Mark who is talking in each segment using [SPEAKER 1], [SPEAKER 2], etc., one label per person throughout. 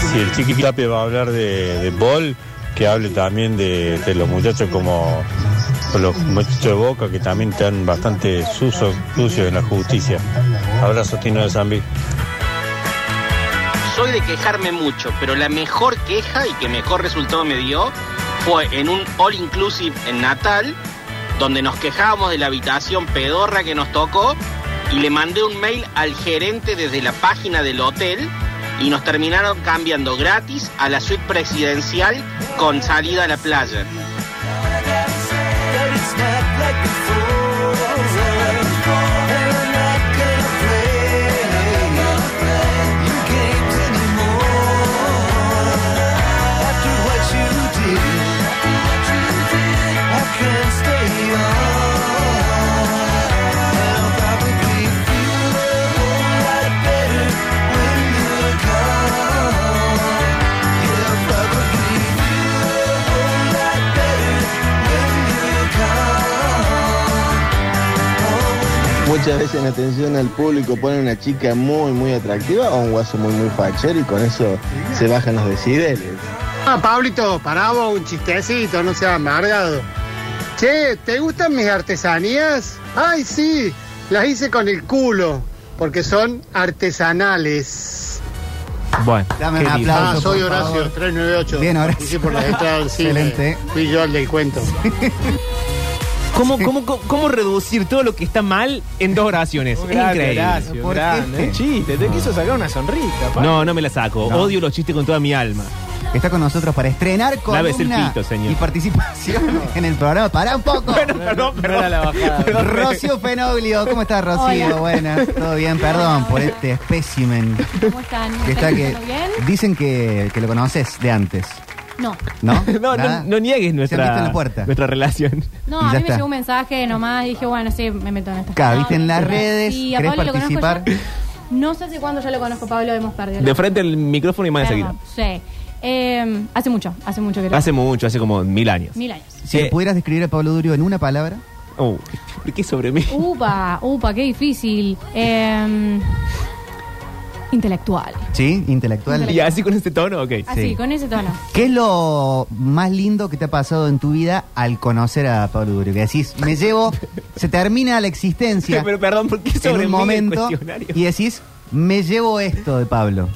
[SPEAKER 1] si el Chiqui Tapia va a hablar de, de Ball, que hable también de, de los muchachos como los muchachos de Boca, que también están bastante sucios, sucios en la justicia. Abrazo, Tino de Zambi.
[SPEAKER 2] Soy de quejarme mucho, pero la mejor queja y que mejor resultado me dio fue en un All Inclusive en Natal, donde nos quejábamos de la habitación pedorra que nos tocó y le mandé un mail al gerente desde la página del hotel y nos terminaron cambiando gratis a la suite presidencial con salida a la playa.
[SPEAKER 3] Muchas veces en atención al público ponen una chica muy muy atractiva o un guaso muy muy fachero y con eso se bajan los decibeles.
[SPEAKER 4] Ah, Pablito, pará vos, un chistecito, no seas amargado. Che, ¿te gustan mis artesanías? Ay, sí, las hice con el culo, porque son artesanales.
[SPEAKER 5] Bueno,
[SPEAKER 6] Dame
[SPEAKER 5] qué
[SPEAKER 6] un
[SPEAKER 5] lindo.
[SPEAKER 6] aplauso.
[SPEAKER 4] Ah, soy
[SPEAKER 6] por
[SPEAKER 4] Horacio,
[SPEAKER 6] favor.
[SPEAKER 4] 398.
[SPEAKER 6] Bien, Horacio.
[SPEAKER 4] Sí, por la entrada del cine.
[SPEAKER 6] Excelente.
[SPEAKER 4] Fui yo el del cuento.
[SPEAKER 5] ¿Cómo, cómo, cómo, cómo reducir todo lo que está mal en dos oraciones? Es increíble.
[SPEAKER 7] Horacio,
[SPEAKER 6] ¿Por
[SPEAKER 7] grande.
[SPEAKER 6] qué?
[SPEAKER 7] Un chiste, te quiso sacar una sonrisa. pa.
[SPEAKER 5] ¿eh? No, no me la saco.
[SPEAKER 6] No.
[SPEAKER 5] Odio los chistes con toda mi alma.
[SPEAKER 6] Está con nosotros para estrenar
[SPEAKER 5] Lávese el
[SPEAKER 6] columna
[SPEAKER 5] pito, señor.
[SPEAKER 6] y participación en el programa. Pará un poco.
[SPEAKER 5] Perdón,
[SPEAKER 7] No era la bajada.
[SPEAKER 6] Rocío Fenoglio, ¿cómo estás Rocío?
[SPEAKER 8] Hola.
[SPEAKER 6] Buenas, todo bien, perdón por este espécimen
[SPEAKER 8] ¿Cómo están? ¿Me
[SPEAKER 6] que está
[SPEAKER 8] están
[SPEAKER 6] que
[SPEAKER 8] escuchando bien?
[SPEAKER 6] dicen que, que lo conoces de antes,
[SPEAKER 8] No.
[SPEAKER 6] ¿no?
[SPEAKER 5] No,
[SPEAKER 6] ¿Nada?
[SPEAKER 5] no, no niegues
[SPEAKER 6] Se han
[SPEAKER 5] nuestra,
[SPEAKER 6] visto en la puerta.
[SPEAKER 5] nuestra relación.
[SPEAKER 8] No,
[SPEAKER 6] Y ya
[SPEAKER 8] a mí
[SPEAKER 6] está.
[SPEAKER 8] me llegó un mensaje nomás y dije, bueno, sí, me meto en esta.
[SPEAKER 6] Claro, viste en las
[SPEAKER 8] no,
[SPEAKER 6] redes,
[SPEAKER 8] sí, a
[SPEAKER 6] ¿querés
[SPEAKER 8] Pablo lo conozco
[SPEAKER 6] participar?
[SPEAKER 8] ya. No sé hace cuándo ya lo conozco, Pablo, hemos perdido. la-
[SPEAKER 5] De frente al micrófono y más enseguida.
[SPEAKER 8] Perdón, Sí. Eh, hace mucho, hace mucho que lo
[SPEAKER 5] Hace mucho, hace como mil años.
[SPEAKER 8] Mil años.
[SPEAKER 6] Si
[SPEAKER 5] Eh,
[SPEAKER 6] le pudieras describir a Pablo Durio en una palabra,
[SPEAKER 5] Oh, ¿Por qué sobre
[SPEAKER 8] Uh,
[SPEAKER 5] mí?
[SPEAKER 8] Upa, upa, qué difícil. Eh, intelectual.
[SPEAKER 6] ¿sí? Intelectual.
[SPEAKER 5] Y así con este tono, ok.
[SPEAKER 8] Así,
[SPEAKER 6] Sí.
[SPEAKER 8] con ese tono.
[SPEAKER 6] ¿Qué es lo más lindo que te ha pasado en tu vida al conocer a Pablo Durio? Que decís, me llevo, se termina la existencia
[SPEAKER 5] Pero perdón, ¿por qué
[SPEAKER 6] en
[SPEAKER 5] sobre
[SPEAKER 6] un
[SPEAKER 5] mí el
[SPEAKER 6] momento
[SPEAKER 5] cuestionario?
[SPEAKER 6] y decís, me llevo esto de Pablo.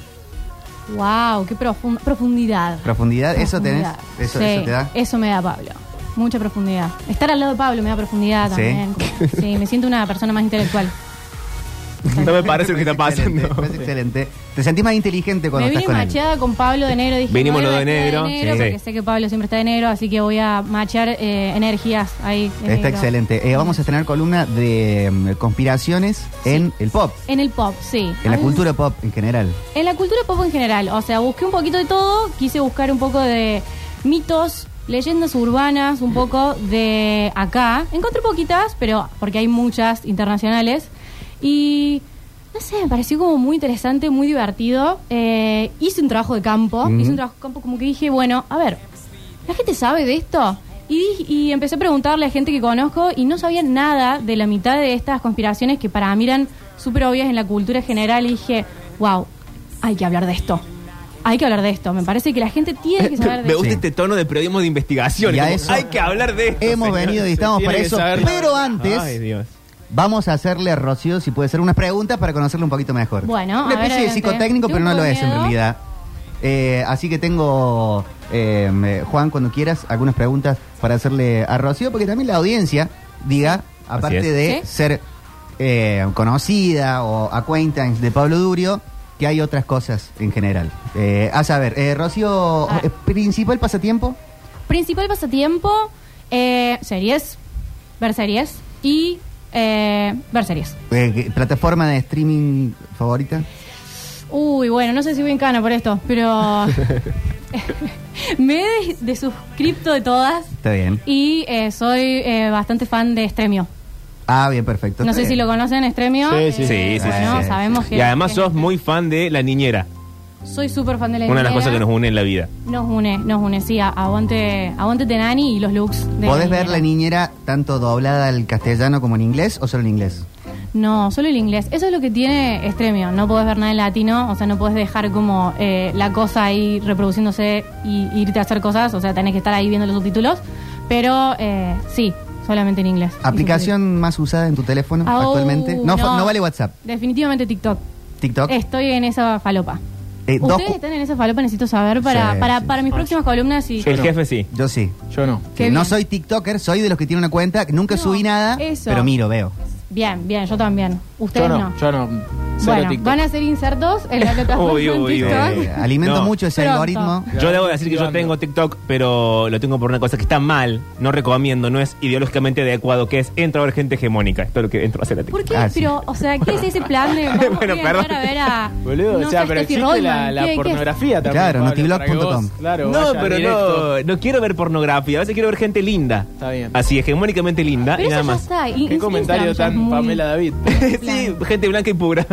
[SPEAKER 8] Wow, qué profun- profundidad.
[SPEAKER 6] Profundidad, eso tenés,
[SPEAKER 8] Profundidad.
[SPEAKER 6] eso,
[SPEAKER 8] Sí,
[SPEAKER 6] eso te da.
[SPEAKER 8] Eso me da Pablo. Mucha profundidad. Estar al lado de Pablo me da profundidad
[SPEAKER 6] Sí.
[SPEAKER 8] también. como- Sí, me siento una persona más intelectual.
[SPEAKER 5] No me parece lo que está
[SPEAKER 6] Excelente,
[SPEAKER 5] pasando.
[SPEAKER 6] parece excelente. Te sentís más inteligente cuando
[SPEAKER 8] me
[SPEAKER 6] estás
[SPEAKER 8] vine
[SPEAKER 6] con él.
[SPEAKER 8] macheada con Pablo de negro. Dije,
[SPEAKER 5] Vinimos
[SPEAKER 8] me
[SPEAKER 5] los
[SPEAKER 8] voy
[SPEAKER 5] dos de
[SPEAKER 8] a vestir
[SPEAKER 5] negro, sí.
[SPEAKER 8] porque
[SPEAKER 5] Sí.
[SPEAKER 8] sé que Pablo siempre está de negro, así que voy a machear eh, energías ahí. de
[SPEAKER 6] Está
[SPEAKER 8] negro.
[SPEAKER 6] excelente. Eh, vamos a estrenar columna de mm, conspiraciones en el pop,
[SPEAKER 8] En el pop, sí.
[SPEAKER 6] en la
[SPEAKER 8] Ay,
[SPEAKER 6] cultura pop en general.
[SPEAKER 8] En la cultura pop en general. O sea, busqué un poquito de todo. Quise buscar un poco de mitos, leyendas urbanas, un poco de acá. Encontré poquitas, pero porque hay muchas internacionales. Y no sé, me pareció como muy interesante, muy divertido. Eh, hice un trabajo de campo.
[SPEAKER 6] Ujú.
[SPEAKER 8] Hice un trabajo de campo como que dije, bueno, a ver, ¿la gente sabe de esto? Y, di- y empecé a preguntarle a gente que conozco y no sabía nada de la mitad de estas conspiraciones que para mí eran súper obvias en la cultura general. Y dije, wow, hay que hablar de esto. Hay que hablar de esto. Me parece que la gente tiene que saber de
[SPEAKER 5] Me gusta
[SPEAKER 6] Sí.
[SPEAKER 5] este tono de periodismo de investigación.
[SPEAKER 6] Y a
[SPEAKER 5] como,
[SPEAKER 6] eso
[SPEAKER 5] hay que hablar de esto.
[SPEAKER 6] Hemos
[SPEAKER 5] señores.
[SPEAKER 6] venido y estamos
[SPEAKER 7] tiene
[SPEAKER 6] para
[SPEAKER 7] que
[SPEAKER 6] eso.
[SPEAKER 7] saber-
[SPEAKER 6] Pero antes,
[SPEAKER 5] Ay, Dios.
[SPEAKER 6] vamos a hacerle a Rocío, si puede ser, unas preguntas para conocerlo un poquito mejor.
[SPEAKER 8] Bueno,
[SPEAKER 6] Una
[SPEAKER 8] a ver,
[SPEAKER 6] especie de
[SPEAKER 8] adelante.
[SPEAKER 6] psicotécnico,
[SPEAKER 8] Tengo
[SPEAKER 6] pero no
[SPEAKER 8] un
[SPEAKER 6] lo
[SPEAKER 8] poco
[SPEAKER 6] es en
[SPEAKER 8] miedo.
[SPEAKER 6] realidad. Eh, así que tengo, eh, eh, Juan, cuando quieras, algunas preguntas para hacerle a Rocío, porque también la audiencia, diga, aparte
[SPEAKER 5] es.
[SPEAKER 6] de
[SPEAKER 8] Sí.
[SPEAKER 6] ser eh, conocida o acquaintance de Pablo Durio, que hay otras cosas en general. Eh, a saber, eh, Rocío,
[SPEAKER 8] Ah.
[SPEAKER 6] eh, principal pasatiempo,
[SPEAKER 8] Principal pasatiempo, eh, series, ver series y eh, ver series.
[SPEAKER 6] Eh, que- plataforma de streaming favorita.
[SPEAKER 8] Uy, bueno, no sé si voy en cana por esto, pero me he des- desuscripto de todas
[SPEAKER 6] Está bien.
[SPEAKER 8] y eh, soy eh, bastante fan de Estremio.
[SPEAKER 6] Ah, bien, perfecto.
[SPEAKER 8] No
[SPEAKER 6] Está
[SPEAKER 8] sé si
[SPEAKER 6] bien.
[SPEAKER 8] lo conocen, Estremio. Eh,
[SPEAKER 7] Sí, sí,
[SPEAKER 5] sí. Sí, sí,
[SPEAKER 8] bueno,
[SPEAKER 6] sí, sí.
[SPEAKER 8] sabemos que...
[SPEAKER 5] Y además
[SPEAKER 8] que-
[SPEAKER 5] sos muy fan de la niñera.
[SPEAKER 8] Soy súper fan de la
[SPEAKER 5] Una de las
[SPEAKER 8] niñera.
[SPEAKER 5] cosas que nos une en la vida.
[SPEAKER 8] Nos une, nos une, sí, a- aguante, aguante Tenani y los looks de
[SPEAKER 6] ¿Podés ver la niñera tanto doblada al castellano como en inglés o solo en inglés?
[SPEAKER 8] No, solo el inglés. Eso es lo que tiene Extremio. No podés ver nada en latino, o sea, no podés dejar como eh, la cosa ahí reproduciéndose y irte a hacer cosas, o sea, tenés que estar ahí viendo los subtítulos. Pero eh, sí, solamente en inglés.
[SPEAKER 6] ¿Aplicación más usada en tu teléfono
[SPEAKER 8] Ah, oh,
[SPEAKER 6] actualmente? No, fa-
[SPEAKER 8] no.
[SPEAKER 6] no vale WhatsApp.
[SPEAKER 8] Definitivamente TikTok.
[SPEAKER 6] TikTok.
[SPEAKER 8] Estoy en esa falopa.
[SPEAKER 6] Eh, dos
[SPEAKER 8] Ustedes
[SPEAKER 6] cu-
[SPEAKER 8] están en esa falopa, necesito saber para,
[SPEAKER 6] Sí,
[SPEAKER 8] para,
[SPEAKER 6] sí,
[SPEAKER 8] para mis próximas columnas y...
[SPEAKER 5] El jefe sí.
[SPEAKER 6] Yo sí.
[SPEAKER 7] Yo no.
[SPEAKER 8] Qué
[SPEAKER 6] no
[SPEAKER 8] bien.
[SPEAKER 6] soy TikToker, soy de los que tiene una cuenta, que nunca
[SPEAKER 8] No,
[SPEAKER 6] subí nada,
[SPEAKER 8] eso.
[SPEAKER 6] pero miro, veo.
[SPEAKER 8] Bien, bien, yo también. Ustedes
[SPEAKER 7] Yo
[SPEAKER 8] no.
[SPEAKER 7] no, yo no. Cero
[SPEAKER 8] Bueno,
[SPEAKER 7] TikTok.
[SPEAKER 8] van a ser insertos en la plataforma
[SPEAKER 5] Obvio,
[SPEAKER 8] en
[SPEAKER 5] obvio.
[SPEAKER 8] TikTok.
[SPEAKER 6] Eh, alimento
[SPEAKER 5] No.
[SPEAKER 6] mucho ese
[SPEAKER 8] Pronto.
[SPEAKER 6] algoritmo.
[SPEAKER 5] Yo debo decir que yo tengo TikTok, pero lo tengo por una cosa que está mal, no recomiendo, no es ideológicamente adecuado, que es entro a ver gente hegemónica. Esto es lo que entro a hacer a TikTok.
[SPEAKER 8] ¿Por qué?
[SPEAKER 6] Ah, sí.
[SPEAKER 8] Pero, o sea, ¿qué es ese plan de vamos
[SPEAKER 5] Bueno,
[SPEAKER 8] a ir a
[SPEAKER 5] perdón.
[SPEAKER 8] entrar a ver a...
[SPEAKER 7] Boludo,
[SPEAKER 8] no
[SPEAKER 7] o sea,
[SPEAKER 8] sé,
[SPEAKER 7] pero
[SPEAKER 8] Steffi
[SPEAKER 7] existe la,
[SPEAKER 8] Rollman?
[SPEAKER 7] la
[SPEAKER 8] ¿Qué- qué es?
[SPEAKER 7] pornografía también.
[SPEAKER 6] Claro,
[SPEAKER 7] Pablo, para que
[SPEAKER 6] notiblog.com.
[SPEAKER 7] vos- Claro,
[SPEAKER 5] No,
[SPEAKER 7] vayan
[SPEAKER 5] pero
[SPEAKER 7] directo.
[SPEAKER 5] no, no quiero ver pornografía, a veces quiero ver gente linda.
[SPEAKER 7] Está bien.
[SPEAKER 5] Así, hegemónicamente linda
[SPEAKER 8] Pero
[SPEAKER 5] y nada
[SPEAKER 8] eso ya
[SPEAKER 5] más.
[SPEAKER 8] está. y-
[SPEAKER 7] Qué
[SPEAKER 8] Instagram ya
[SPEAKER 7] comentario
[SPEAKER 8] es
[SPEAKER 7] tan
[SPEAKER 8] muy-
[SPEAKER 7] Pamela David.
[SPEAKER 5] sí, gente blanca y pura.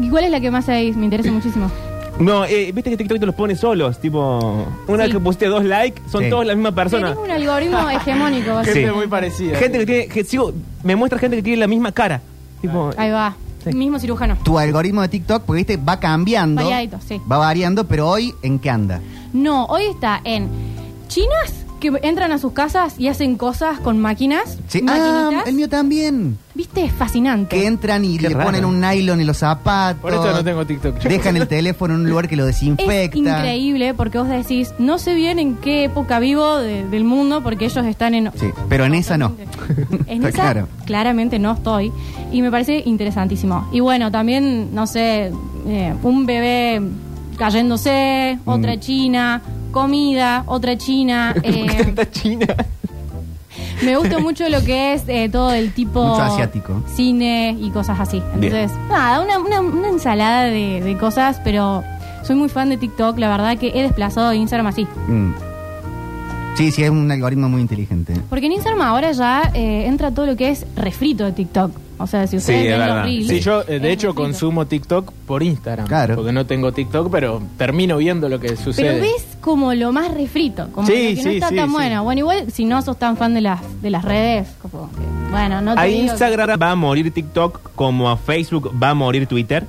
[SPEAKER 8] ¿Y cuál es la que más hay? Me interesa muchísimo.
[SPEAKER 5] No, eh, viste que TikTok te los pone solos, tipo, una
[SPEAKER 8] Sí.
[SPEAKER 5] vez que pusiste dos likes, son
[SPEAKER 6] Sí.
[SPEAKER 5] todos la misma persona.
[SPEAKER 8] Tenés un algoritmo hegemónico.
[SPEAKER 5] Sí.
[SPEAKER 7] Gente
[SPEAKER 8] básicamente.
[SPEAKER 7] muy parecida.
[SPEAKER 5] Gente que tiene, que sigo- me muestra gente que tiene la misma cara. Tipo,
[SPEAKER 8] Ahí va.
[SPEAKER 5] Sí.
[SPEAKER 8] Mismo cirujano.
[SPEAKER 6] Tu algoritmo de TikTok, porque viste, va cambiando.
[SPEAKER 8] Variadito, sí.
[SPEAKER 6] Va variando, pero hoy, ¿en qué anda?
[SPEAKER 8] No, hoy está en chinas que entran a sus casas y hacen cosas con máquinas.
[SPEAKER 6] Sí. Ah,
[SPEAKER 8] maquinitas.
[SPEAKER 6] el mío también.
[SPEAKER 8] Viste, es fascinante.
[SPEAKER 6] Que entran y
[SPEAKER 5] Qué
[SPEAKER 6] le
[SPEAKER 5] raro.
[SPEAKER 6] ponen un nylon en los zapatos.
[SPEAKER 7] Por eso no tengo TikTok.
[SPEAKER 8] Eh,
[SPEAKER 7] yo.
[SPEAKER 6] Dejan el teléfono en un lugar que lo
[SPEAKER 8] Es
[SPEAKER 6] desinfecta.
[SPEAKER 8] increíble porque vos decís, no sé bien en qué época vivo de- del mundo porque ellos están en...
[SPEAKER 6] Sí, pero en esa no.
[SPEAKER 8] En
[SPEAKER 6] Está
[SPEAKER 8] esa
[SPEAKER 6] claro.
[SPEAKER 8] claramente no estoy y me parece interesantísimo. Y bueno, también, no sé, eh, un bebé cayéndose,
[SPEAKER 6] Mm.
[SPEAKER 8] otra china, comida, otra china. eh,
[SPEAKER 5] tanta china.
[SPEAKER 8] me gusta mucho lo que es eh, todo el tipo...
[SPEAKER 6] Mucho asiático.
[SPEAKER 8] Cine y cosas así. Entonces, nada, una, una- una ensalada de, de cosas, pero soy muy fan de TikTok, la verdad que he desplazado Instagram así.
[SPEAKER 6] Mm. Sí, sí, es un algoritmo muy inteligente.
[SPEAKER 8] Porque en Instagram ahora ya eh, entra todo lo que es refrito de TikTok. O sea, si ustedes
[SPEAKER 5] es
[SPEAKER 8] ven
[SPEAKER 5] verdad.
[SPEAKER 8] los reels,
[SPEAKER 7] Sí, yo eh, de
[SPEAKER 8] es
[SPEAKER 7] hecho
[SPEAKER 8] refrito.
[SPEAKER 7] consumo TikTok por Instagram.
[SPEAKER 6] Claro.
[SPEAKER 7] Porque no tengo TikTok, pero termino viendo lo que
[SPEAKER 8] Pero
[SPEAKER 7] sucede.
[SPEAKER 8] ves como lo más refrito, como
[SPEAKER 7] Sí,
[SPEAKER 8] lo que no
[SPEAKER 7] sí,
[SPEAKER 8] está
[SPEAKER 7] sí,
[SPEAKER 8] tan
[SPEAKER 7] sí.
[SPEAKER 8] bueno. Bueno, igual si no sos tan fan de las de las redes, como que, bueno, no te
[SPEAKER 5] A
[SPEAKER 8] digo que-
[SPEAKER 5] Instagram va a morir TikTok como a Facebook va a morir Twitter.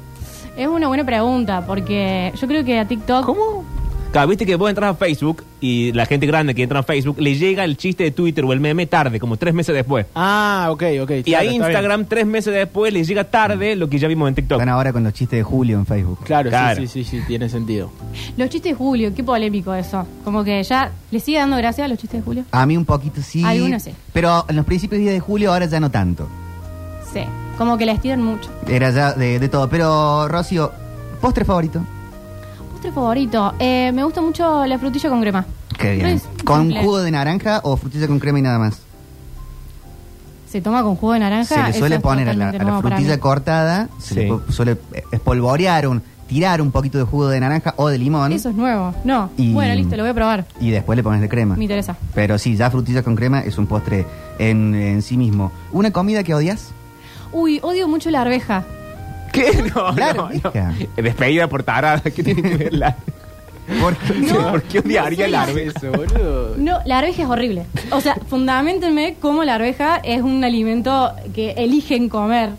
[SPEAKER 8] Es una buena pregunta porque yo creo que a TikTok
[SPEAKER 5] ¿Cómo? Claro, viste que vos entras a Facebook y la gente grande que entra a Facebook le llega el chiste de Twitter o el meme tarde, como tres meses después.
[SPEAKER 7] Ah, ok, ok.
[SPEAKER 5] Y
[SPEAKER 7] claro,
[SPEAKER 5] a
[SPEAKER 7] está bien.
[SPEAKER 5] Instagram tres meses después le llega tarde lo que ya vimos en TikTok.
[SPEAKER 6] Están ahora con los chistes de Julio en Facebook.
[SPEAKER 7] Claro, sí,
[SPEAKER 5] Claro.
[SPEAKER 7] Sí, sí, sí, tiene sentido.
[SPEAKER 8] los chistes de Julio, qué polémico eso. Como que ya le sigue dando gracia a los chistes de Julio.
[SPEAKER 6] A mí un poquito sí.
[SPEAKER 8] Algunos sí.
[SPEAKER 6] Pero en los principios días de julio ahora ya no tanto.
[SPEAKER 8] Sí, como que la estiran mucho.
[SPEAKER 6] Era ya de, de todo. Pero, Rocío, postre favorito.
[SPEAKER 8] Postre favorito, eh, me gusta mucho la frutilla con crema.
[SPEAKER 6] Qué bien.
[SPEAKER 8] Pues,
[SPEAKER 6] ¿Con
[SPEAKER 8] simple.
[SPEAKER 6] jugo de naranja o frutilla con crema y nada más?
[SPEAKER 8] Se toma con jugo de
[SPEAKER 6] se
[SPEAKER 8] naranja.
[SPEAKER 6] le
[SPEAKER 8] eso
[SPEAKER 6] suele
[SPEAKER 8] es
[SPEAKER 6] poner a la,
[SPEAKER 8] totalmente
[SPEAKER 6] a la
[SPEAKER 8] nuevo para
[SPEAKER 6] frutilla
[SPEAKER 8] mí.
[SPEAKER 6] cortada, se le
[SPEAKER 5] Sí.
[SPEAKER 6] po- suele eh, espolvorear, un, tirar un poquito de jugo de naranja o de limón
[SPEAKER 8] Eso es nuevo. No.
[SPEAKER 6] Y-
[SPEAKER 8] Bueno, listo, lo voy a probar.
[SPEAKER 6] y después le pones de crema.
[SPEAKER 8] Me interesa.
[SPEAKER 6] Pero sí, ya frutillas con crema es un postre en, en sí mismo. ¿Una comida que odias?
[SPEAKER 8] Uy, odio mucho la arveja.
[SPEAKER 5] ¿Qué? No, no,
[SPEAKER 6] La
[SPEAKER 5] no.
[SPEAKER 6] arveja.
[SPEAKER 5] Despedida por tarada. ¿Qué tiene que ver la...
[SPEAKER 6] Porque
[SPEAKER 8] No,
[SPEAKER 5] ¿Por qué odiaría
[SPEAKER 8] no soy
[SPEAKER 5] la
[SPEAKER 8] así.
[SPEAKER 5] arveja?
[SPEAKER 7] Eso, boludo.
[SPEAKER 8] No, la arveja es horrible. O sea, fundamentenme cómo la arveja es un alimento que eligen comer.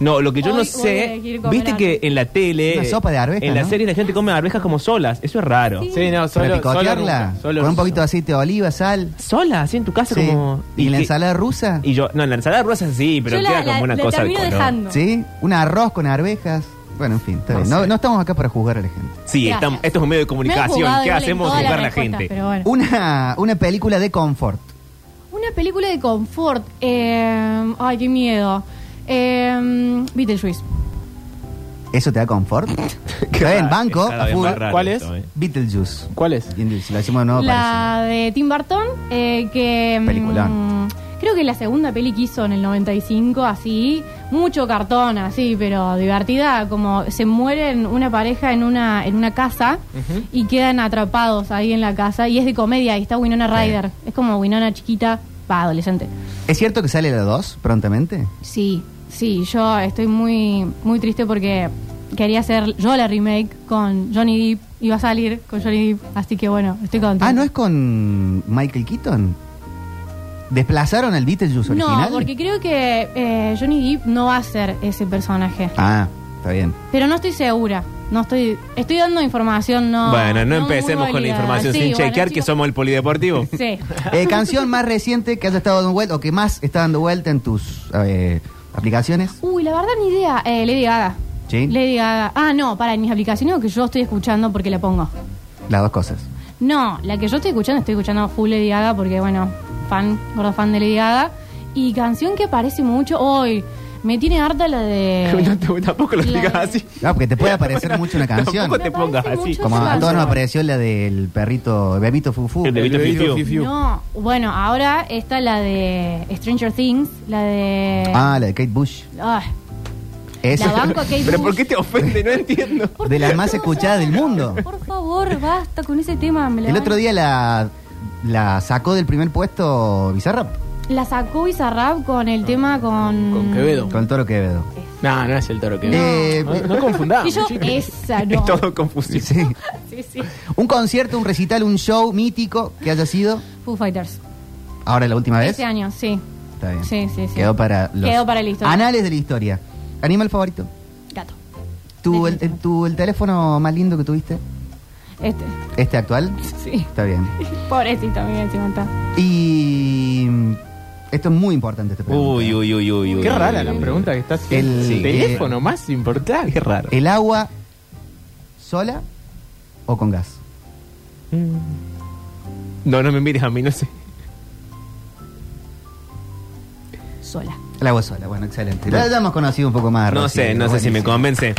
[SPEAKER 5] No, lo que yo
[SPEAKER 8] Hoy
[SPEAKER 5] no
[SPEAKER 8] voy a
[SPEAKER 5] sé,
[SPEAKER 8] elegir comer
[SPEAKER 5] viste que
[SPEAKER 8] arveja.
[SPEAKER 5] en la tele,
[SPEAKER 6] Una sopa de arveja,
[SPEAKER 5] en la
[SPEAKER 6] ¿no?
[SPEAKER 5] serie la gente come arvejas como solas, eso es raro.
[SPEAKER 8] Sí.
[SPEAKER 7] Sí, no,
[SPEAKER 6] para
[SPEAKER 7] solo, solo,
[SPEAKER 6] picotearla,
[SPEAKER 7] nunca, solo
[SPEAKER 6] con un
[SPEAKER 7] ruso.
[SPEAKER 6] poquito de aceite de oliva, sal.
[SPEAKER 5] Sola, así en tu casa
[SPEAKER 6] sí.
[SPEAKER 5] como...
[SPEAKER 6] ¿Y, la
[SPEAKER 5] que-
[SPEAKER 6] ensalada rusa?
[SPEAKER 5] Y yo, no, la ensalada rusa sí, pero
[SPEAKER 8] Yo
[SPEAKER 5] queda
[SPEAKER 8] la, la-
[SPEAKER 5] como una
[SPEAKER 8] la
[SPEAKER 5] cosa de
[SPEAKER 8] termino
[SPEAKER 5] color.
[SPEAKER 8] dejando.
[SPEAKER 6] ¿Sí? ¿Un arroz con arvejas? Bueno, en fin, está
[SPEAKER 5] No
[SPEAKER 6] bien. no,
[SPEAKER 5] sé.
[SPEAKER 6] no estamos acá para juzgar a la gente.
[SPEAKER 5] Sí,
[SPEAKER 8] Gracias.
[SPEAKER 5] estamos- esto es un medio de
[SPEAKER 8] Me han jugado
[SPEAKER 5] comunicación. ¿Qué
[SPEAKER 8] igual en
[SPEAKER 5] hacemos?
[SPEAKER 8] todas las
[SPEAKER 5] Juzgar a la
[SPEAKER 8] respuestas,
[SPEAKER 5] gente.
[SPEAKER 8] pero bueno.
[SPEAKER 6] Una, una película de confort.
[SPEAKER 8] Una película de confort. eh, ay, qué miedo. Eh, Beetlejuice.
[SPEAKER 6] ¿Eso te da confort? Está
[SPEAKER 7] Eh,
[SPEAKER 6] bien, banco,
[SPEAKER 5] Está
[SPEAKER 6] a
[SPEAKER 5] bien,
[SPEAKER 6] full.
[SPEAKER 5] más raro
[SPEAKER 7] ¿Cuál
[SPEAKER 5] esto, eh.
[SPEAKER 6] Beetlejuice.
[SPEAKER 7] ¿Cuál es?
[SPEAKER 6] Bien, Si lo decimos de nuevo,
[SPEAKER 8] la de Tim Burton, eh, que... mm,
[SPEAKER 6] Peliculón.
[SPEAKER 8] creo que la segunda peli que hizo en el 95, así. Mucho cartón, así, pero divertida. Como se mueren una pareja en una, en una casa y quedan atrapados ahí en la casa. Y es de comedia, y está Winona Ryder. Es como Winona chiquita, va, adolescente.
[SPEAKER 6] parece. ¿Es cierto que sale la 2 prontamente?
[SPEAKER 8] Sí, sí, yo estoy muy, muy triste porque quería hacer yo la remake con Johnny Depp. Iba a salir
[SPEAKER 5] Ah,
[SPEAKER 8] con Johnny Depp, así que bueno, estoy contenta.
[SPEAKER 6] Ah, ¿no es con Michael Keaton? ¿Desplazaron al Beetlejuice original?
[SPEAKER 8] No, porque creo que eh, Johnny Depp no va a ser ese personaje.
[SPEAKER 6] Ah, está bien.
[SPEAKER 8] Pero no estoy segura. No estoy. Estoy dando información, Ah, no.
[SPEAKER 5] bueno, no,
[SPEAKER 8] muy
[SPEAKER 5] empecemos con la
[SPEAKER 8] validada.
[SPEAKER 5] información
[SPEAKER 8] Sí,
[SPEAKER 5] sin
[SPEAKER 8] bueno,
[SPEAKER 5] chequear que
[SPEAKER 8] chicos,
[SPEAKER 5] somos el polideportivo.
[SPEAKER 8] Sí.
[SPEAKER 6] Eh, ¿Canción más reciente que haya estado dando vuelta o que más está dando vuelta en tus eh, aplicaciones?
[SPEAKER 8] Uy, la verdad, ni idea. Eh, Lady Gaga.
[SPEAKER 6] Sí.
[SPEAKER 8] Lady Gaga. Ah, no, para, en mis aplicaciones o que yo estoy escuchando porque la pongo.
[SPEAKER 6] Las dos cosas.
[SPEAKER 8] No, la que yo estoy escuchando, estoy escuchando full Lady Gaga porque, bueno, fan, gordo fan de Lady Gaga. Y canción que aparece mucho hoy. Me tiene harta la
[SPEAKER 5] No
[SPEAKER 8] de.
[SPEAKER 5] te- tampoco lo
[SPEAKER 8] La
[SPEAKER 5] digas
[SPEAKER 8] de-
[SPEAKER 5] así.
[SPEAKER 6] Ah, porque te puede aparecer mucho una canción.
[SPEAKER 5] Tampoco te
[SPEAKER 8] Me parece
[SPEAKER 5] pongas así.
[SPEAKER 8] mucho
[SPEAKER 6] Como
[SPEAKER 8] esa
[SPEAKER 6] a todos nos
[SPEAKER 8] canción.
[SPEAKER 6] apareció la del perrito Bebito Fufu.
[SPEAKER 5] El de Vito Fifiu.
[SPEAKER 8] No, bueno, ahora está la de Stranger Things, la de.
[SPEAKER 6] Ah, la de Kate Bush.
[SPEAKER 8] Ay,
[SPEAKER 6] Esa-
[SPEAKER 8] Eh. la banco a Kate
[SPEAKER 5] Pero
[SPEAKER 8] Bush.
[SPEAKER 5] ¿por qué te ofende? No entiendo.
[SPEAKER 8] ¿Por
[SPEAKER 6] de
[SPEAKER 8] qué
[SPEAKER 6] las más
[SPEAKER 8] no
[SPEAKER 6] escuchadas
[SPEAKER 8] saben?
[SPEAKER 6] del mundo.
[SPEAKER 8] Por favor, basta con ese tema. me la
[SPEAKER 6] El
[SPEAKER 8] van-
[SPEAKER 6] otro día la, la sacó del primer puesto Bizarrap
[SPEAKER 8] La sacó Bizarrap con el tema con.
[SPEAKER 7] Ah, Con Quevedo.
[SPEAKER 6] con Toro Quevedo.
[SPEAKER 7] No, no es el toro que
[SPEAKER 8] No.
[SPEAKER 6] Eh,
[SPEAKER 7] No, no confundamos.
[SPEAKER 8] Y yo,
[SPEAKER 7] chicos.
[SPEAKER 8] esa no.
[SPEAKER 5] Es todo confusivo.
[SPEAKER 6] sí.
[SPEAKER 8] Sí, sí.
[SPEAKER 6] Un concierto, un recital, un show mítico que haya sido
[SPEAKER 8] Foo Fighters.
[SPEAKER 6] ahora la última vez.
[SPEAKER 8] Este año, sí.
[SPEAKER 6] Está bien.
[SPEAKER 8] Sí, sí, sí.
[SPEAKER 6] Quedó para los
[SPEAKER 8] Quedó para la historia.
[SPEAKER 6] anales de la historia. ¿Animal favorito?
[SPEAKER 8] Gato.
[SPEAKER 6] ¿Tu, el, el- tu- el teléfono más lindo que tuviste?
[SPEAKER 8] Este.
[SPEAKER 6] ¿Este actual?
[SPEAKER 8] Sí.
[SPEAKER 6] Está bien.
[SPEAKER 8] Pobrecito, también encima está.
[SPEAKER 6] Y mm, esto es muy importante. Este
[SPEAKER 5] Uy, uy, uy, uy, uy.
[SPEAKER 7] Qué rara la
[SPEAKER 5] uy. eh,
[SPEAKER 7] pregunta que estás
[SPEAKER 6] El-
[SPEAKER 7] haciendo.
[SPEAKER 6] Sí.
[SPEAKER 7] teléfono más importante.
[SPEAKER 5] Qué raro.
[SPEAKER 6] ¿El agua sola o con gas?
[SPEAKER 5] No, no me mires a mí, no sé.
[SPEAKER 8] Sola.
[SPEAKER 6] El agua sola, bueno, excelente. La ya hemos conocido un poco más.
[SPEAKER 5] No
[SPEAKER 6] Rosy,
[SPEAKER 5] sé, no sé si me
[SPEAKER 6] buenísimo.
[SPEAKER 5] convence.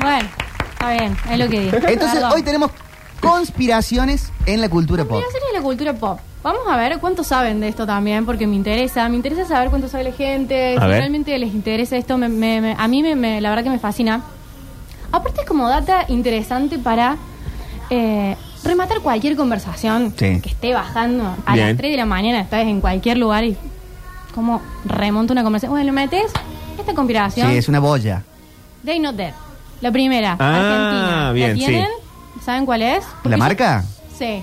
[SPEAKER 8] Bueno, está bien, es lo que dije.
[SPEAKER 6] Entonces,
[SPEAKER 8] Perdón.
[SPEAKER 6] hoy tenemos conspiraciones en la cultura pop.
[SPEAKER 8] Mira, series de la cultura pop. Vamos a ver cuánto saben de esto también, porque me interesa. Me interesa saber cuánto sabe la gente.
[SPEAKER 5] A
[SPEAKER 8] si
[SPEAKER 5] ver.
[SPEAKER 8] realmente les interesa esto. me- me- me- a mí, me, me- la verdad que me fascina. Aparte, es como data interesante para eh, rematar cualquier conversación
[SPEAKER 6] Sí.
[SPEAKER 8] que esté bajando a
[SPEAKER 5] Bien.
[SPEAKER 8] las 3 de la mañana. Estás en cualquier lugar y, como remonta una conversación. Bueno, metes esta
[SPEAKER 6] Sí,
[SPEAKER 8] conspiración.
[SPEAKER 6] es una boya.
[SPEAKER 8] Day Not Dead. La primera,
[SPEAKER 5] Ah,
[SPEAKER 8] Argentina. ¿La
[SPEAKER 5] bien, sí.
[SPEAKER 8] tienen? ¿Saben cuál es? Porque
[SPEAKER 6] ¿La
[SPEAKER 8] yo-
[SPEAKER 6] marca?
[SPEAKER 8] Sí.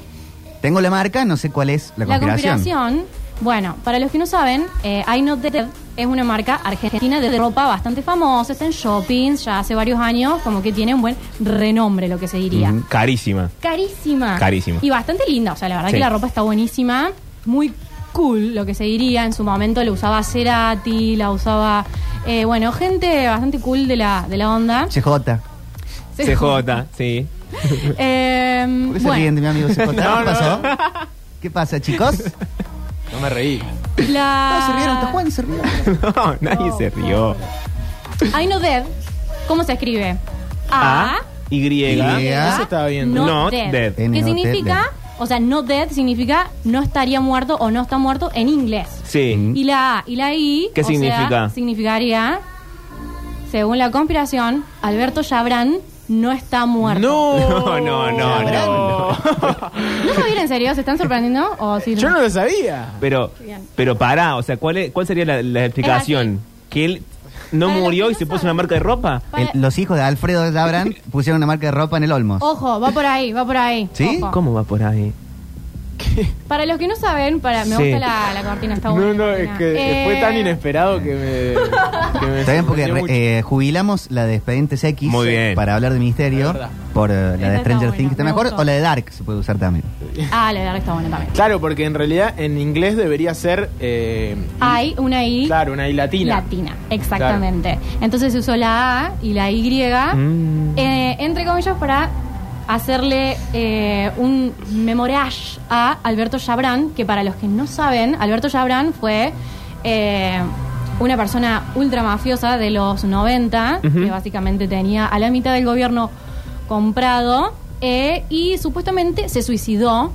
[SPEAKER 6] Tengo la marca, no sé cuál es la
[SPEAKER 8] La
[SPEAKER 6] conspiración.
[SPEAKER 8] conspiración, bueno, para los que no saben, eh, I Not Dead es una marca argentina de ropa bastante famosa, está en shoppings ya hace varios años, como que tiene un buen renombre, lo que se diría.
[SPEAKER 5] Ujú, Carísima.
[SPEAKER 8] Carísima.
[SPEAKER 5] Carísima.
[SPEAKER 8] Y bastante linda, o sea, la verdad
[SPEAKER 5] Sí.
[SPEAKER 8] que la ropa está buenísima, muy cool, lo que se diría. En su momento la usaba Cerati, la usaba, eh, bueno, gente bastante cool de la, de la onda.
[SPEAKER 6] CJ.
[SPEAKER 5] CJ, sí.
[SPEAKER 8] Eh,
[SPEAKER 6] ¿Por qué se
[SPEAKER 8] bueno.
[SPEAKER 6] ríen de mi amigo CJ? ¿Qué pasó? ¿Qué pasa, chicos?
[SPEAKER 7] No me reí.
[SPEAKER 8] La...
[SPEAKER 6] No, se rieron, está Juan, se rieron.
[SPEAKER 5] No, nadie se rió.
[SPEAKER 8] I know dead. ¿Cómo se escribe?
[SPEAKER 5] A, Y.
[SPEAKER 6] Y.
[SPEAKER 8] A-
[SPEAKER 7] Eso estaba viendo.
[SPEAKER 8] Not,
[SPEAKER 5] Not
[SPEAKER 8] dead.
[SPEAKER 5] dead.
[SPEAKER 6] E, N,
[SPEAKER 8] ¿Qué
[SPEAKER 6] O, T,
[SPEAKER 8] significa? O sea, no dead significa no estaría muerto o no está muerto en inglés.
[SPEAKER 6] Mm.
[SPEAKER 5] Sí.
[SPEAKER 8] Y la A y la I.
[SPEAKER 5] ¿Qué
[SPEAKER 8] o sea,
[SPEAKER 5] significa?
[SPEAKER 8] significaría, según la conspiración, Alberto Chabrán no está muerto.
[SPEAKER 5] No, no, no, no.
[SPEAKER 8] ¿No lo vieron en serio? ¿Se están sorprendiendo? ¿O sí?
[SPEAKER 7] Yo no lo sabía.
[SPEAKER 5] Pero, pero pará, o sea, ¿cuál, es- cuál sería la, la explicación? ¿Que él no
[SPEAKER 8] Para los
[SPEAKER 5] murió
[SPEAKER 8] que
[SPEAKER 5] y
[SPEAKER 8] no
[SPEAKER 5] se puso
[SPEAKER 8] saben.
[SPEAKER 5] una marca de ropa?
[SPEAKER 8] Para-
[SPEAKER 6] El- los hijos de Alfredo Dabran pusieron una marca de ropa en el Olmos.
[SPEAKER 8] Ojo, va por ahí, va por ahí.
[SPEAKER 6] ¿Sí?
[SPEAKER 8] Ojo.
[SPEAKER 5] ¿Cómo va por ahí?
[SPEAKER 8] Para los que no saben, para, me
[SPEAKER 5] Sí.
[SPEAKER 8] gusta la, la cortina, está buena.
[SPEAKER 7] No, no,
[SPEAKER 8] la
[SPEAKER 7] es
[SPEAKER 8] cortina.
[SPEAKER 7] que
[SPEAKER 8] Eh,
[SPEAKER 7] fue tan inesperado que me. que me
[SPEAKER 6] Está bien porque
[SPEAKER 7] sorprendió
[SPEAKER 6] re-
[SPEAKER 7] mucho.
[SPEAKER 6] eh, jubilamos la de Expedientes X
[SPEAKER 5] Muy bien.
[SPEAKER 6] para hablar de Misterio
[SPEAKER 7] Es verdad.
[SPEAKER 6] por eh, la
[SPEAKER 8] Esa
[SPEAKER 6] de
[SPEAKER 8] está
[SPEAKER 6] Stranger
[SPEAKER 8] buena,
[SPEAKER 6] Things que está
[SPEAKER 8] me
[SPEAKER 6] mejor
[SPEAKER 8] gustó.
[SPEAKER 6] o la de Dark se puede usar también.
[SPEAKER 8] Ah, la verdad está buena también.
[SPEAKER 7] Claro, porque en realidad en inglés debería ser. eh,
[SPEAKER 8] Hay una I
[SPEAKER 7] Claro, una I latina.
[SPEAKER 8] latina, exactamente. Entonces se usó la A y la Y, eh, entre comillas, para hacerle eh, un memorage a Alberto Chabrán, que para los que no saben, Alberto Chabrán fue eh, una persona ultra mafiosa de los 90, que básicamente tenía a la mitad del gobierno comprado eh, y supuestamente se suicidó.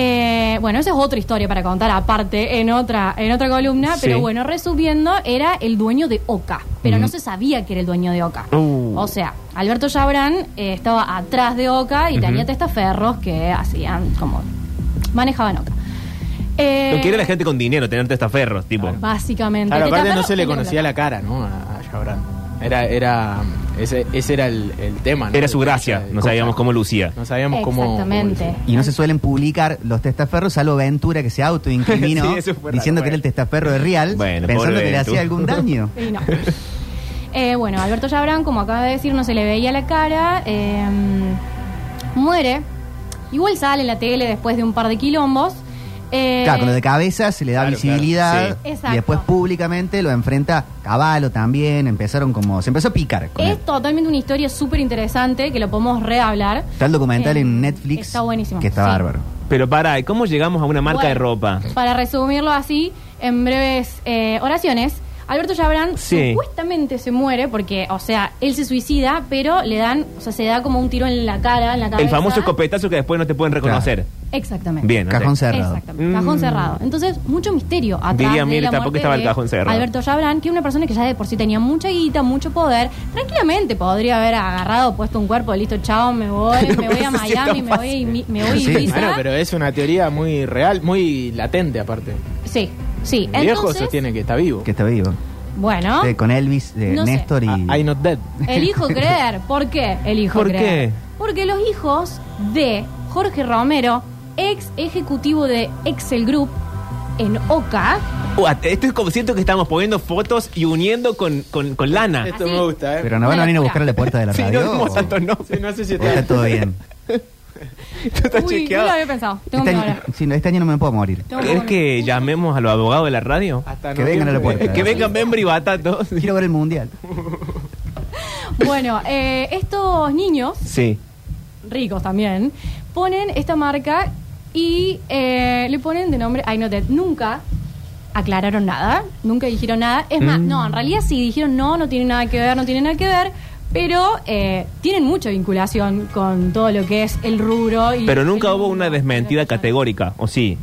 [SPEAKER 8] Eh, bueno, esa es otra historia para contar aparte en otra, en otra columna,
[SPEAKER 5] Sí.
[SPEAKER 8] Ah, pero bueno, resumiendo, era el dueño de Oca, pero no se sabía que era el dueño de Oca.
[SPEAKER 5] Uh.
[SPEAKER 8] O sea, Alberto Chabrán eh, estaba atrás de Oca y tenía testaferros que hacían como manejaban Oca. Eh,
[SPEAKER 5] Lo que era la gente con dinero, tener testaferros, tipo.
[SPEAKER 8] Básicamente.
[SPEAKER 7] Claro, aparte no
[SPEAKER 8] Testaferros
[SPEAKER 7] se le
[SPEAKER 8] tenían
[SPEAKER 7] conocía
[SPEAKER 8] plata.
[SPEAKER 7] la cara, ¿no? A a Jabrán. Era, era, ese, ese era el, el tema. ¿no?
[SPEAKER 5] Era su gracia, no sabíamos cómo lucía.
[SPEAKER 7] No sabíamos cómo.
[SPEAKER 8] Exactamente.
[SPEAKER 6] Y no se suelen publicar los testaferros, salvo Ventura que se autoincriminó
[SPEAKER 7] Sí, eso fue raro,
[SPEAKER 6] diciendo que
[SPEAKER 7] bueno.
[SPEAKER 6] era el testaferro de Real,
[SPEAKER 5] Bueno,
[SPEAKER 6] pensando
[SPEAKER 5] pobre
[SPEAKER 6] que le
[SPEAKER 5] Ventu.
[SPEAKER 6] hacía algún daño.
[SPEAKER 8] Y no. Eh, bueno, Alberto Yabrán, como acaba de decir, no se le veía la cara. eh, muere. Igual sale en la tele después de un par de quilombos. eh,
[SPEAKER 6] Claro, con lo de cabeza se le da
[SPEAKER 5] Claro,
[SPEAKER 6] visibilidad
[SPEAKER 5] claro,
[SPEAKER 8] sí.
[SPEAKER 6] y
[SPEAKER 8] Exacto.
[SPEAKER 6] después públicamente lo enfrenta Caballo también, empezaron como, se empezó a picar con él.
[SPEAKER 8] es totalmente una historia súper interesante que lo podemos rehablar.
[SPEAKER 6] Está el documental
[SPEAKER 8] Eh,
[SPEAKER 6] en Netflix
[SPEAKER 8] Está buenísimo.
[SPEAKER 6] que está
[SPEAKER 8] sí.
[SPEAKER 6] bárbaro.
[SPEAKER 5] Pero para, ¿cómo llegamos a una marca
[SPEAKER 8] Bueno,
[SPEAKER 5] de ropa?
[SPEAKER 8] Para resumirlo así, en breves eh, oraciones, Alberto Yabrán
[SPEAKER 5] Sí.
[SPEAKER 8] supuestamente se muere porque, o sea, él se suicida, pero le dan, o sea, se da como un tiro en la cara, en la cabeza.
[SPEAKER 5] El famoso escopetazo que después no te pueden reconocer.
[SPEAKER 8] Exactamente.
[SPEAKER 5] Bien, ok.
[SPEAKER 6] Cajón cerrado.
[SPEAKER 8] Exactamente,
[SPEAKER 5] Mm.
[SPEAKER 8] cajón cerrado. Entonces, mucho misterio atrás
[SPEAKER 5] Diría
[SPEAKER 8] de
[SPEAKER 5] Mirta,
[SPEAKER 8] la
[SPEAKER 5] ¿por qué
[SPEAKER 8] muerte
[SPEAKER 5] estaba el
[SPEAKER 8] de
[SPEAKER 5] cajón cerrado?
[SPEAKER 8] Alberto Yabrán, que es una persona que ya de por sí tenía mucha guita, mucho poder, tranquilamente podría haber agarrado, puesto un cuerpo, listo, chao, me voy,
[SPEAKER 5] No
[SPEAKER 8] me voy a
[SPEAKER 5] pensé si era
[SPEAKER 8] Miami, me voy, a Imi- me voy a
[SPEAKER 6] Sí.
[SPEAKER 8] Ibiza.
[SPEAKER 7] Bueno, pero es una teoría muy real, muy latente aparte.
[SPEAKER 8] Sí, sí.
[SPEAKER 7] Mi viejo
[SPEAKER 8] Entonces,
[SPEAKER 7] sostiene que está vivo.
[SPEAKER 6] Que está vivo.
[SPEAKER 8] bueno,
[SPEAKER 6] Eh, con Elvis, eh,
[SPEAKER 8] No sé.
[SPEAKER 6] Néstor
[SPEAKER 5] Ah,
[SPEAKER 6] y...
[SPEAKER 7] I not dead.
[SPEAKER 8] elijo creer. ¿Por qué elijo
[SPEAKER 5] ¿Por
[SPEAKER 8] creer?
[SPEAKER 5] qué?
[SPEAKER 8] Porque los hijos de Jorge Romero, ex ejecutivo de Excel Group en OCA,
[SPEAKER 5] Uah, Uh, esto es como siento que estamos poniendo fotos y uniendo con, con, con lana.
[SPEAKER 7] Esto me gusta, ¿eh?
[SPEAKER 6] Pero no van a
[SPEAKER 8] Una
[SPEAKER 6] venir a
[SPEAKER 8] locura.
[SPEAKER 6] buscar a la puerta de la
[SPEAKER 5] Sí,
[SPEAKER 6] radio.
[SPEAKER 5] no dimos
[SPEAKER 6] o-
[SPEAKER 5] tantos nombres.
[SPEAKER 7] Sí, no sé si
[SPEAKER 6] o está
[SPEAKER 7] está...
[SPEAKER 6] todo bien.
[SPEAKER 5] Esto está
[SPEAKER 8] Uy, no
[SPEAKER 5] chequeado.
[SPEAKER 8] lo había pensado. Tengo
[SPEAKER 6] Este
[SPEAKER 8] miedo
[SPEAKER 6] año,
[SPEAKER 8] ahora.
[SPEAKER 6] sí, no, este año no me puedo morir.
[SPEAKER 8] Tengo
[SPEAKER 5] ¿Crees
[SPEAKER 8] miedo.
[SPEAKER 5] que llamemos a los abogados de la radio?
[SPEAKER 7] Hasta
[SPEAKER 6] Que vengan a la
[SPEAKER 7] noviembre.
[SPEAKER 6] puerta.
[SPEAKER 5] Que vengan Membri y Batato.
[SPEAKER 6] Quiero ver el mundial.
[SPEAKER 8] Bueno, eh, estos niños,
[SPEAKER 5] Sí.
[SPEAKER 8] ricos también, ponen esta marca y eh, le ponen de nombre I Know Dead. Nunca aclararon nada, nunca dijeron nada. Es más,
[SPEAKER 5] Mm.
[SPEAKER 8] no, en realidad sí dijeron no, no tiene nada que ver, no tiene nada que ver. Pero eh, tienen mucha vinculación con todo lo que es el rubro. Y
[SPEAKER 5] Pero nunca
[SPEAKER 8] el
[SPEAKER 5] hubo una
[SPEAKER 8] mundo.
[SPEAKER 5] desmentida categórica, ¿o sí?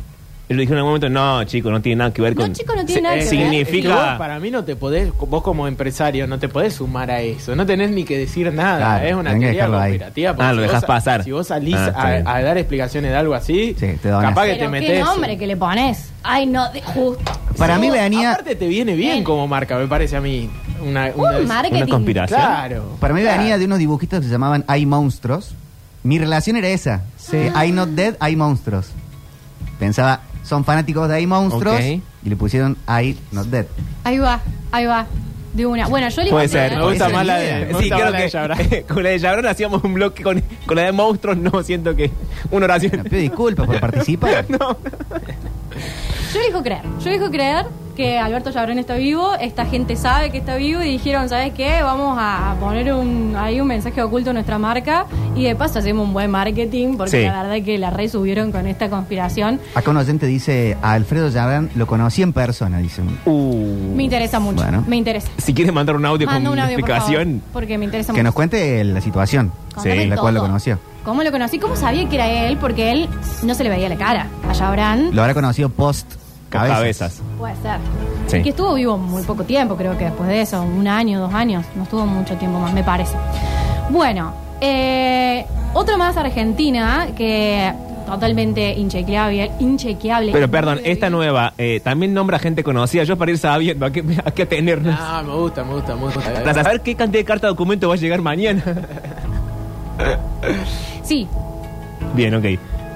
[SPEAKER 5] Lo dijeron en algún momento, no, chico, no tiene nada que ver
[SPEAKER 8] No,
[SPEAKER 5] con... eh,
[SPEAKER 8] chico, no tiene nada que ver.
[SPEAKER 7] Es que vos,
[SPEAKER 5] Significa...
[SPEAKER 7] para mí no te podés, vos como empresario, no te podés sumar a eso. No tenés ni que decir nada.
[SPEAKER 6] Claro,
[SPEAKER 7] es una
[SPEAKER 6] tenés que
[SPEAKER 7] teoría
[SPEAKER 6] dejarlo ahí.
[SPEAKER 7] cooperativa. porque
[SPEAKER 5] Ah, lo
[SPEAKER 7] si
[SPEAKER 5] dejás
[SPEAKER 7] vos-
[SPEAKER 5] pasar.
[SPEAKER 7] Si vos salís
[SPEAKER 5] Ah, está
[SPEAKER 7] a-
[SPEAKER 5] bien.
[SPEAKER 7] a, dar explicaciones de algo así,
[SPEAKER 6] Sí, te donás.
[SPEAKER 7] capaz que te
[SPEAKER 8] Pero
[SPEAKER 7] metes.
[SPEAKER 8] qué nombre que le pones. I Know Dead. Just-
[SPEAKER 6] Para mí venía,
[SPEAKER 7] Aparte te viene bien
[SPEAKER 8] Bien.
[SPEAKER 7] como marca, me parece a mí. Una, una-
[SPEAKER 8] Un marketing.
[SPEAKER 5] Una conspiración.
[SPEAKER 7] Claro.
[SPEAKER 6] para mí
[SPEAKER 5] Ah.
[SPEAKER 6] venía de unos dibujitos que se llamaban Hay monstruos. Mi relación era esa. que Hay not dead, hay monstruos. Pensaba, son fanáticos de Hay monstruos
[SPEAKER 5] Ok.
[SPEAKER 6] y le pusieron Hay not dead.
[SPEAKER 8] Ahí va, ahí va. De una. Bueno, yo le
[SPEAKER 5] Puede
[SPEAKER 8] iba a
[SPEAKER 5] ser.
[SPEAKER 8] hacer-
[SPEAKER 7] Me gusta
[SPEAKER 6] Esa
[SPEAKER 7] más la
[SPEAKER 6] idea.
[SPEAKER 7] de. me
[SPEAKER 5] Sí,
[SPEAKER 7] gusta más
[SPEAKER 5] creo
[SPEAKER 7] la de Yabra.
[SPEAKER 5] que con la de Yabrón hacíamos un bloque con, con la de monstruos, no, siento que una
[SPEAKER 6] Bueno,
[SPEAKER 5] oración.
[SPEAKER 6] pido disculpas por participar.
[SPEAKER 8] Yo elijo creer. Yo elijo creer que Alberto Yabrón está vivo, esta gente sabe que está vivo y dijeron, ¿sabes qué? Vamos a poner un, ahí un mensaje oculto en nuestra marca y de paso hacemos un buen marketing porque
[SPEAKER 5] Sí.
[SPEAKER 8] la verdad que la red subieron con esta conspiración.
[SPEAKER 6] Acá un oyente dice, a Alfredo Yabrán lo conocí en persona, dice.
[SPEAKER 5] Uh.
[SPEAKER 8] Me interesa mucho,
[SPEAKER 6] Bueno.
[SPEAKER 8] me interesa.
[SPEAKER 5] Si quieres mandar un audio
[SPEAKER 8] Manda
[SPEAKER 5] con
[SPEAKER 8] un
[SPEAKER 5] una
[SPEAKER 8] audio, por
[SPEAKER 5] explicación,
[SPEAKER 8] favor, porque me interesa
[SPEAKER 6] Que
[SPEAKER 8] mucho.
[SPEAKER 6] nos cuente la situación
[SPEAKER 8] Contame
[SPEAKER 6] en la cual lo
[SPEAKER 8] todo.
[SPEAKER 6] conoció.
[SPEAKER 8] ¿Cómo lo conocí? ¿Cómo sabía que era él? Porque él no se le veía la cara. A Yabrán
[SPEAKER 6] Lo habrá conocido post
[SPEAKER 5] con
[SPEAKER 6] cabezas.
[SPEAKER 5] cabezas.
[SPEAKER 8] puede ser.
[SPEAKER 5] Sí.
[SPEAKER 8] Y que estuvo vivo muy poco tiempo, creo que después de eso, un año, dos años, no estuvo mucho tiempo más, me parece. Bueno, eh, otra más argentina que totalmente inchequeable. inchequeable
[SPEAKER 5] Pero perdón, esta nueva eh, también nombra gente conocida, yo para ir sabiendo a qué, a qué atenernos.
[SPEAKER 7] Ah, me gusta, me gusta, me gusta.
[SPEAKER 5] Para saber qué cantidad de carta de documento va a llegar mañana.
[SPEAKER 8] Sí,
[SPEAKER 5] Bien, ok.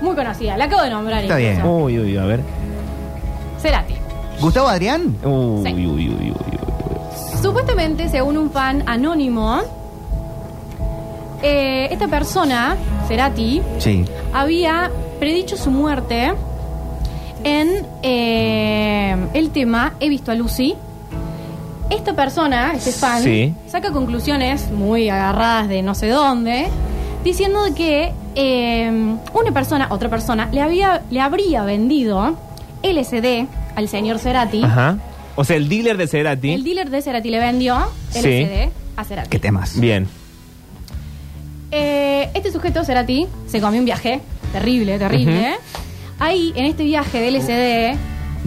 [SPEAKER 8] muy conocida, la acabo de nombrar.
[SPEAKER 6] Está bien.
[SPEAKER 8] incluso.
[SPEAKER 5] Uy, uy, a ver. Uh.
[SPEAKER 8] Cerati.
[SPEAKER 6] Gustavo Adrián,
[SPEAKER 5] Uy,
[SPEAKER 8] Sí.
[SPEAKER 5] uy, uy, uy, uy.
[SPEAKER 8] Supuestamente, según un fan anónimo, eh, esta persona, Cerati,
[SPEAKER 6] sí,
[SPEAKER 8] había predicho su muerte en eh, el tema He visto a Lucy. Esta persona, este fan,
[SPEAKER 5] Sí.
[SPEAKER 8] saca conclusiones muy agarradas de no sé dónde, diciendo de que eh, una persona, otra persona, le, había, le habría vendido LSD al señor Cerati.
[SPEAKER 5] Ajá. O sea, el dealer de Cerati.
[SPEAKER 8] El dealer de Cerati le vendió
[SPEAKER 5] Sí.
[SPEAKER 8] LSD a Cerati.
[SPEAKER 6] qué temas.
[SPEAKER 5] Bien.
[SPEAKER 8] Eh, este sujeto, Cerati, se comió un viaje terrible, terrible. ¿eh? Ahí, en este viaje
[SPEAKER 7] Uh.
[SPEAKER 8] de LSD,